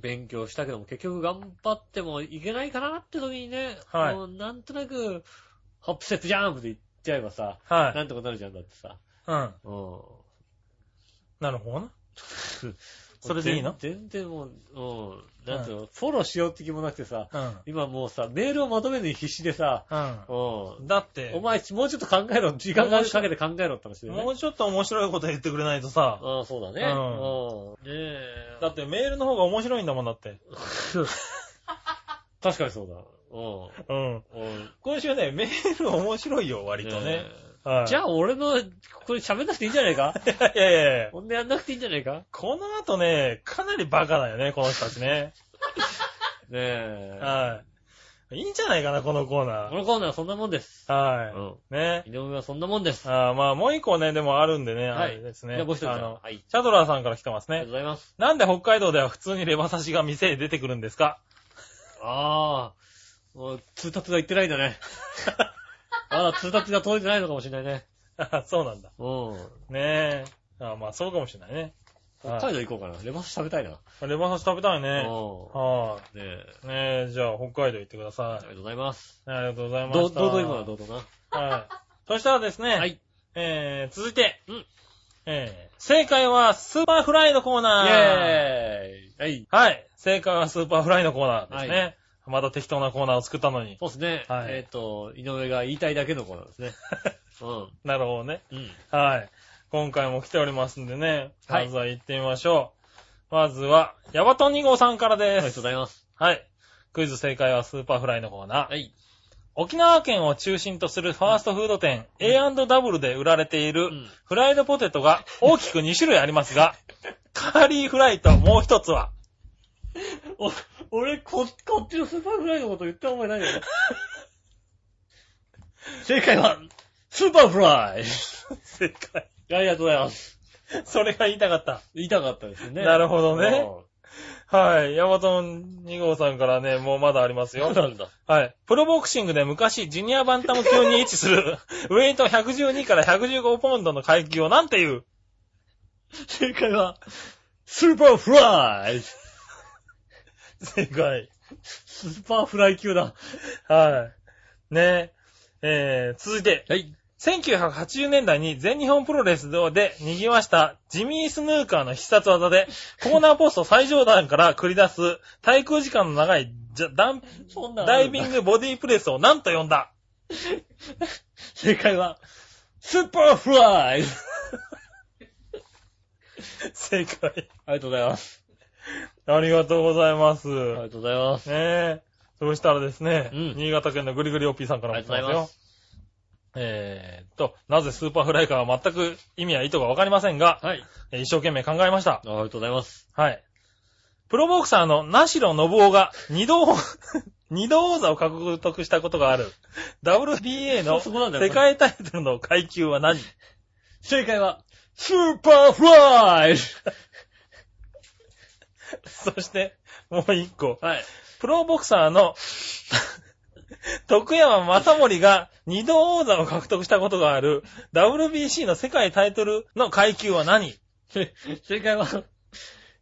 C: 勉強したけども、結局頑張ってもいけないかなって時にね、
B: はい
C: もうなんとなく、ホップ、ステップ、ジャンプで言っちゃえばさ、
B: は。
C: ないんとかなるじゃんだってさ。
B: うん。
C: うん。
B: なるほどな。それでいいの
C: 全然もう、うん。なんつうの、フォローしようって気もなくてさ、
B: うん。
C: 今もうさ、メールをまとめるのに必死でさ、うん
B: うん。。だって、
C: お前、もうちょっと考えろ。時間がかけて考えろって話でね。
B: もうちょっと面白いこと言ってくれないとさ、
C: ああ、そうだね。
B: う
C: うん。ねえ。
B: だってメールの方が面白いんだもんだって。
C: 確かにそうだ。うん
B: うん。
C: うん。
B: 今週ね、メール面白いよ、割とね。
C: え
B: はい。
C: じゃあ、俺の、これ喋んなくていいんじゃ
B: [LAUGHS]
C: ないか
B: いやいやいや
C: ほんでやんなくていいんじゃないか
B: この後ね、かなりバカだよね、この人たちね。
C: ねえ。
B: はい。いいんじゃないかな、このコー
C: こ
B: ナ
C: のコーナーはそんなもんです。
B: ー。は
C: う
B: い。ね
C: ん。。井上はそんなもんです。
B: あーまあ、もう一個ね、でもあるんでね、
C: はい
B: あれです
C: じ
B: ね。
C: ゃあ、もう一つ。
B: あ
C: はい。
B: の、
C: あり
B: シャドラーさんから来てます
C: がと
B: ね
C: うご。ざいます。
B: なんで北海道では普通にレバ刺しが店に出てくるんですか [LAUGHS]
C: ああ。もう、通達が行ってないんだ [LAUGHS] ね。まだ通達が届いてないのかもしれないね。
B: あそうなんだ。
C: うん。
B: ねえ。あーまあ、そうかもしれないね。
C: 北海道行こうかな。レバス食べたいな。
B: レバ刺し食べたいね。
C: うん。
B: は
C: ねえ。
B: い。ねえ、じゃあ、北海道行ってくだ
C: あ
B: さ
C: りがとうございます。
B: い。ありがとうございま
C: ど、
B: した。
C: どうぞ今はどうぞな。
B: はい。そしたらですね、
C: はい。
B: えー、続いて、
C: うん
B: えー、正解はスーパーフライのコ
C: イ
B: ー
C: ェ
B: ナー。
C: ーイはい。
B: はい。正解はスーパーフライのコーナーですね。
C: は
B: また適当なコーナーを作ったのに。
C: そうですね。
B: はい
C: えっと、井上が言いたいだけのコーナー [LAUGHS] ですね。う
B: なるほどね。
C: ん。うん。
B: はい。今回も来ておりますんでね。
C: は
B: ま
C: い
B: ずは行ってみましょう。まずは、ヤバトン2号さんから
C: あり
B: で
C: がとう
B: す
C: ご。ざいます。
B: はい。クイズ正解はスーパーフライのコーナー。
C: はい。
B: 沖縄県を中心とするファーストフード店、A&W で売られている
C: うん
B: フライドポテトが大きく2種類あります
C: [LAUGHS]
B: が、カーリーフライともう一つは、
C: お、俺、こ、こっちのスーパーフライのこと言った覚えないよね。正解は、スーパーフライ
B: 正解。
C: ありがとうございます。
B: それが言いたかった。
C: 言いたかったですね。
B: なるほどね
C: うん。
B: はい。ヤマトン2号さんからね、もうまだあります
C: そ
B: よ
C: う。なんだ。
B: はい。プロボクシングで昔、ジュニアバンタム級に位置する、 [LAUGHS] ウェイト112から115ポンドの階級をなんていう
C: 正解は、スーパーフラ [LAUGHS] イ
B: 正解。
C: スーパーフライ級だ。
B: はい。ねえ。えー、続いて、
C: はい。
B: 1980年代に全日本プロレスで賑わしたジミー・スヌーカーの必殺技で、コーナーポスト最上段から繰り出す、滞空時間の長いジャダン
C: そんな
B: ダイビングボディープレスを何と呼んだ
C: 正解は、スーパーフライ
B: 正解。
C: ありがとうございます。
B: ありがとうございます。
C: ありがとうございます。
B: ねえ。そうしたらですね、
C: うん
B: 新潟県のぐりぐりおっぴーさんからも来てます
C: ありがとうご
B: よ。えーっと、なぜスーパーフライかは全く意味や意図がわかりませんが、
C: はい。
B: えー一生懸命考えました。
C: ありがとうございます。
B: はい。プロボクサーのナシロノブオが二度、 [LAUGHS] 二度王座を獲得したことがある WBA の
C: そこなんだよ
B: 世界タイトルの階級は何
C: 正解は、スーパーフライ
B: [LAUGHS] そして、もう一個。
C: はい。
B: プロボクサーの [LAUGHS] 徳山正森が二度王座を獲得したことがある WBC の世界タイトルの階級は何
C: 正正解 [LAUGHS] は、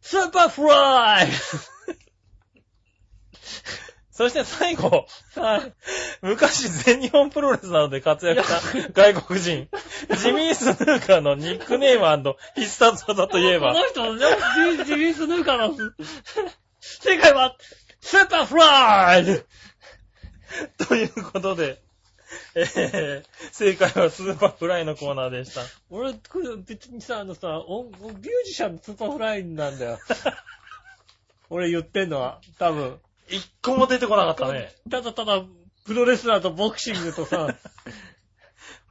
C: スーパーフライ
B: [LAUGHS] そして最後、 [LAUGHS]
C: はい。
B: 昔全日本プロレスなどで活躍した外国人、ジミー・スヌーカーのニックネーム必殺技といえ
C: こ
B: ば、
C: の人、ね、ジジミースヌー [LAUGHS] カーなんです。正解は、スーパーフライ
B: [LAUGHS] ということで、えー、正解はスーパーフライのコーナーでした。
C: 俺、これ別にさ、あのさ、音ミュージシャンのスーパーフライなんだよ。俺言ってんのは、多分。
B: [LAUGHS] 一個も出てこなかったね。
C: ただただ、プロレスラーとボクシングと [LAUGHS] さ、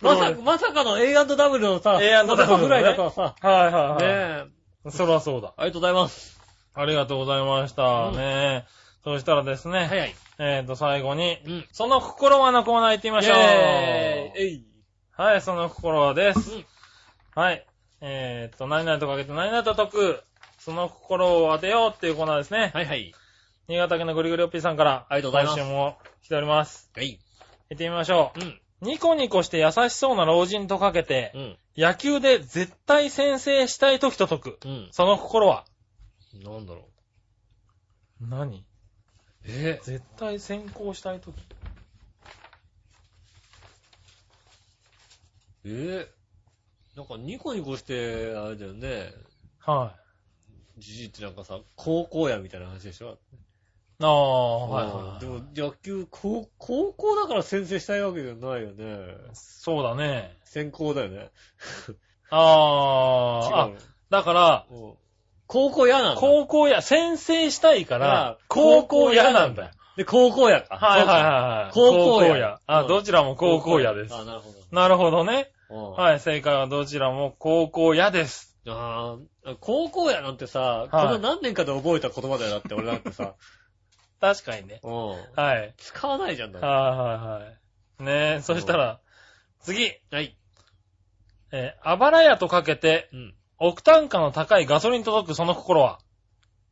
B: プロ
C: ま
B: レ
C: さ
B: ス
C: か、まさかの A&W のさ、
B: A&W のね
C: スーパーフライだとはさ、
B: はいはい
C: ね
B: はい。
C: え、
B: そらそうだ。
C: ありがとうございます。
B: ありがとうございました。
C: うん
B: ねえ。そうしたらですね、
C: はいはい。
B: えーと、最後に、
C: うん。
B: その心はのコーナー行ってみましょう。
C: イェーイえい。
B: はい、その心はです。
C: うん
B: はい。えー、っと、何々とかけて何々と解く、その心を当てようっていうコーナーですね。
C: はいはい。
B: 新潟県のぐりぐりおっぴーさんから、
C: ありがとうございます
B: 今週も来ております。
C: はい。
B: 行ってみましょ
C: うん。
B: う。ニコニコして優しそうな老人とかけて
C: う、ん。
B: 野球で絶対先制したい時と解く。
C: うん。
B: その心は
C: なんだろう。
B: 何
C: え
B: 絶対先行したい時
C: ええなんかニコニコして、あれだよね。
B: はい。
C: じじいってなんかさ、高校やみたいな話でしょ
B: ああ、はいはい
C: で
B: はい。
C: も野球、高高校だから先制したいわけじゃないよね。
B: そうだね。
C: 先行だよね。
B: あ
C: 違う [LAUGHS]
B: あ、あ、だから、
C: うん高校嫌なんだ。
B: 高校や、先制したいか
C: あ
B: ら
C: あ、
B: 高校やなんだよ。
C: で、高校やか。
B: はいはいはいはい。
C: 高校野
B: あ、
C: うん
B: どちらも高校やです。
C: あ、なるほ
B: なるほどね。
C: ど。はい。
B: はい、正解はどちらも高校やです。
C: あー高校やなんてさ、この何年かで覚えた言葉だよ、だって俺なんて
B: [LAUGHS]
C: さ。
B: 確かにね。
C: うん。
B: はい。
C: 使わないじゃんだ
B: はい
C: って。
B: はいはい。ねえ、そしたら、次。
C: はい。
B: えーあばらやとかけて、
C: うん。
B: 億単価の高いガソリン届くその心は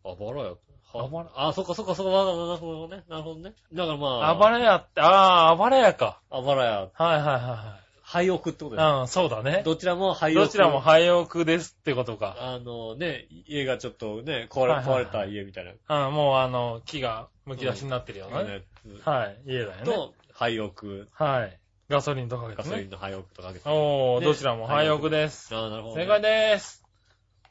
C: あばらや。
B: あばら
C: あ、そっかそっかそっか、なるほどね。なるほどね。だからまあ。
B: あばらやって、ああー、あばらやか。
C: あばらや。
B: はいはいは
C: 廃屋ってこと
B: い
C: だよ。
B: はい。うん、そうだね。
C: どちらも廃屋。
B: どちらも廃屋ですってことか。
C: あのね、家がちょっとね、壊れ
B: はいはいはい
C: 壊れた家みたいな。
B: うん、もうあの、木が剥き出しになってるようなね。
C: ね
B: はい、家だよね。
C: と、廃屋、
B: はい。ガソリンとかけ
C: ガ
B: て
C: ソリン
B: ね。
C: の廃屋とかけて。あ
B: おー、
C: ね
B: どちらも廃屋です。
C: ーなるほどね。
B: 正解でーす。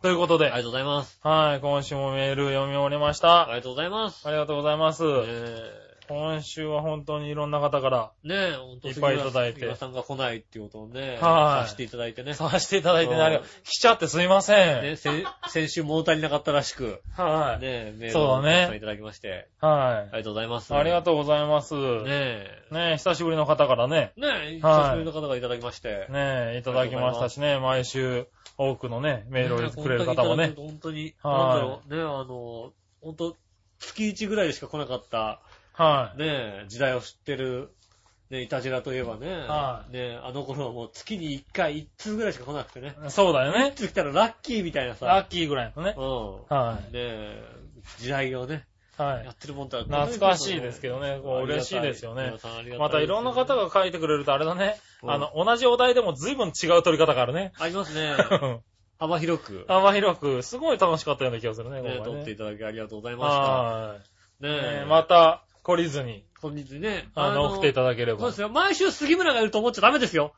B: ということで
C: ありが、とうございます。
B: はい、今週もメール読み終わりまし
C: あ
B: た。
C: りがとうございます。
B: ありがとうございます。
C: えー
B: 今週は本当にいろんな方から
C: ねえ、ほんと
B: いっぱいいただいて
C: 杉村さんが来ないってことをね、
B: は
C: さ
B: い
C: せていただいてね。
B: 探していただいてね、
C: うん
B: あれ、来ちゃってすいません。
C: ね、せ先週物足りなかったらしく、
B: はい、
C: ねえ、メール
B: そ
C: を
B: うだね
C: たくさんいただきまして、
B: は
C: ありがとうございます。
B: い。ありがとうございます。
C: う
B: ね
C: ね
B: え、久しぶりの方からね、
C: え、ねえ、久しぶりの方がいただきまして、
B: ねえ、いただきましたしね、毎週多くのね、メールをくれる方もね、
C: 本当に、
B: はい
C: なんだろう、ねえ、あの、本当月1ぐらいしか来なかった、
B: は
C: ねえ、時代を知ってる、ねえ、いたじらといえばね、
B: はい
C: ねえ、あの頃はもう月に1回、1通ぐらいしか来なくてね、
B: い。そうだよね
C: 1。通来たらラッキーみたいな
B: ラ
C: さ、
B: ッキーぐらいのね
C: う。ん。
B: は
C: ねえ、時代をね、
B: い。は
C: やってるもんだ
B: 懐かしいですけどねこう嬉しいですよね。い。またいろんな方
C: が。
B: が書いてくれるとあれだね。
C: うん
B: あの、同じお題でも随分違う取り方があるね。
C: あります
B: [LAUGHS]
C: ね。幅広く、ね
B: 幅広く、すごい楽しかったような気がするね、今
C: 撮
B: 回
C: って
B: ね。
C: いただきありがとうございま
B: は
C: した。
B: い。
C: ね
B: ねえ
C: え、
B: また、懲りずに、
C: 本日ね、
B: あの、送っていただけれ
C: そう
B: ば
C: で。すよ。毎週杉村がいると思っちゃダメですよ。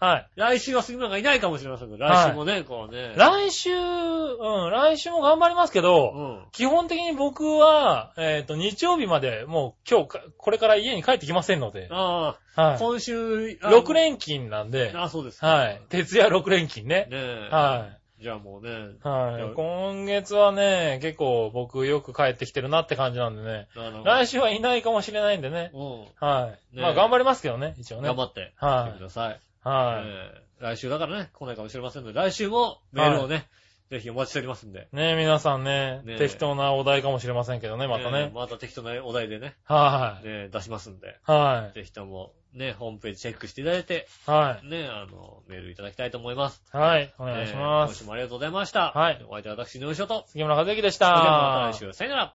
B: はい。
C: 来週は杉村がいないかもしれませんけど、来週もね、こうね。
B: 来週、うん、来週も頑張りますけど、
C: うん。
B: 基本的に僕は、えっ、と、日曜日までもう今日か、これから家に帰ってきませんので、
C: ああ、
B: は
C: 今週、
B: い。
C: あ
B: 6連勤なんで、
C: あ、そうですか。
B: はい。徹夜6連勤
C: ね
B: ね。
C: え。。
B: はい
C: じゃあもうね
B: い。、はい
C: や。
B: 今月はね、結構僕よく帰ってきてるなって感じなんでね。
C: あの
B: 来週はいないかもしれないんでね。
C: う
B: はい。
C: ね
B: まあ頑張りますけどね、一応
C: ん。
B: ね。
C: 頑張って、来てください。
B: は
C: えー来週だからね、来ないかもしれませんので、来週もメールをね、ぜひお待ちしておりますんで。
B: い。ね皆さんね
C: ね
B: 適当なお題かもしれませんけどね、また
C: え
B: ね
C: ー。また適当なお題でね、
B: は
C: ね出しますんで、
B: い。は
C: ぜひとも、ね、ホームページチェックしていただいて、
B: い。は
C: ね、あの、メールいただきたいと思います。
B: い。はい。お願いしま
C: えー今週
B: す。
C: もありがとうございました。
B: はい
C: お相手は私、井上翔と。
B: 杉村和之でし
C: そ
B: た。
C: れではまた来週、さよなら。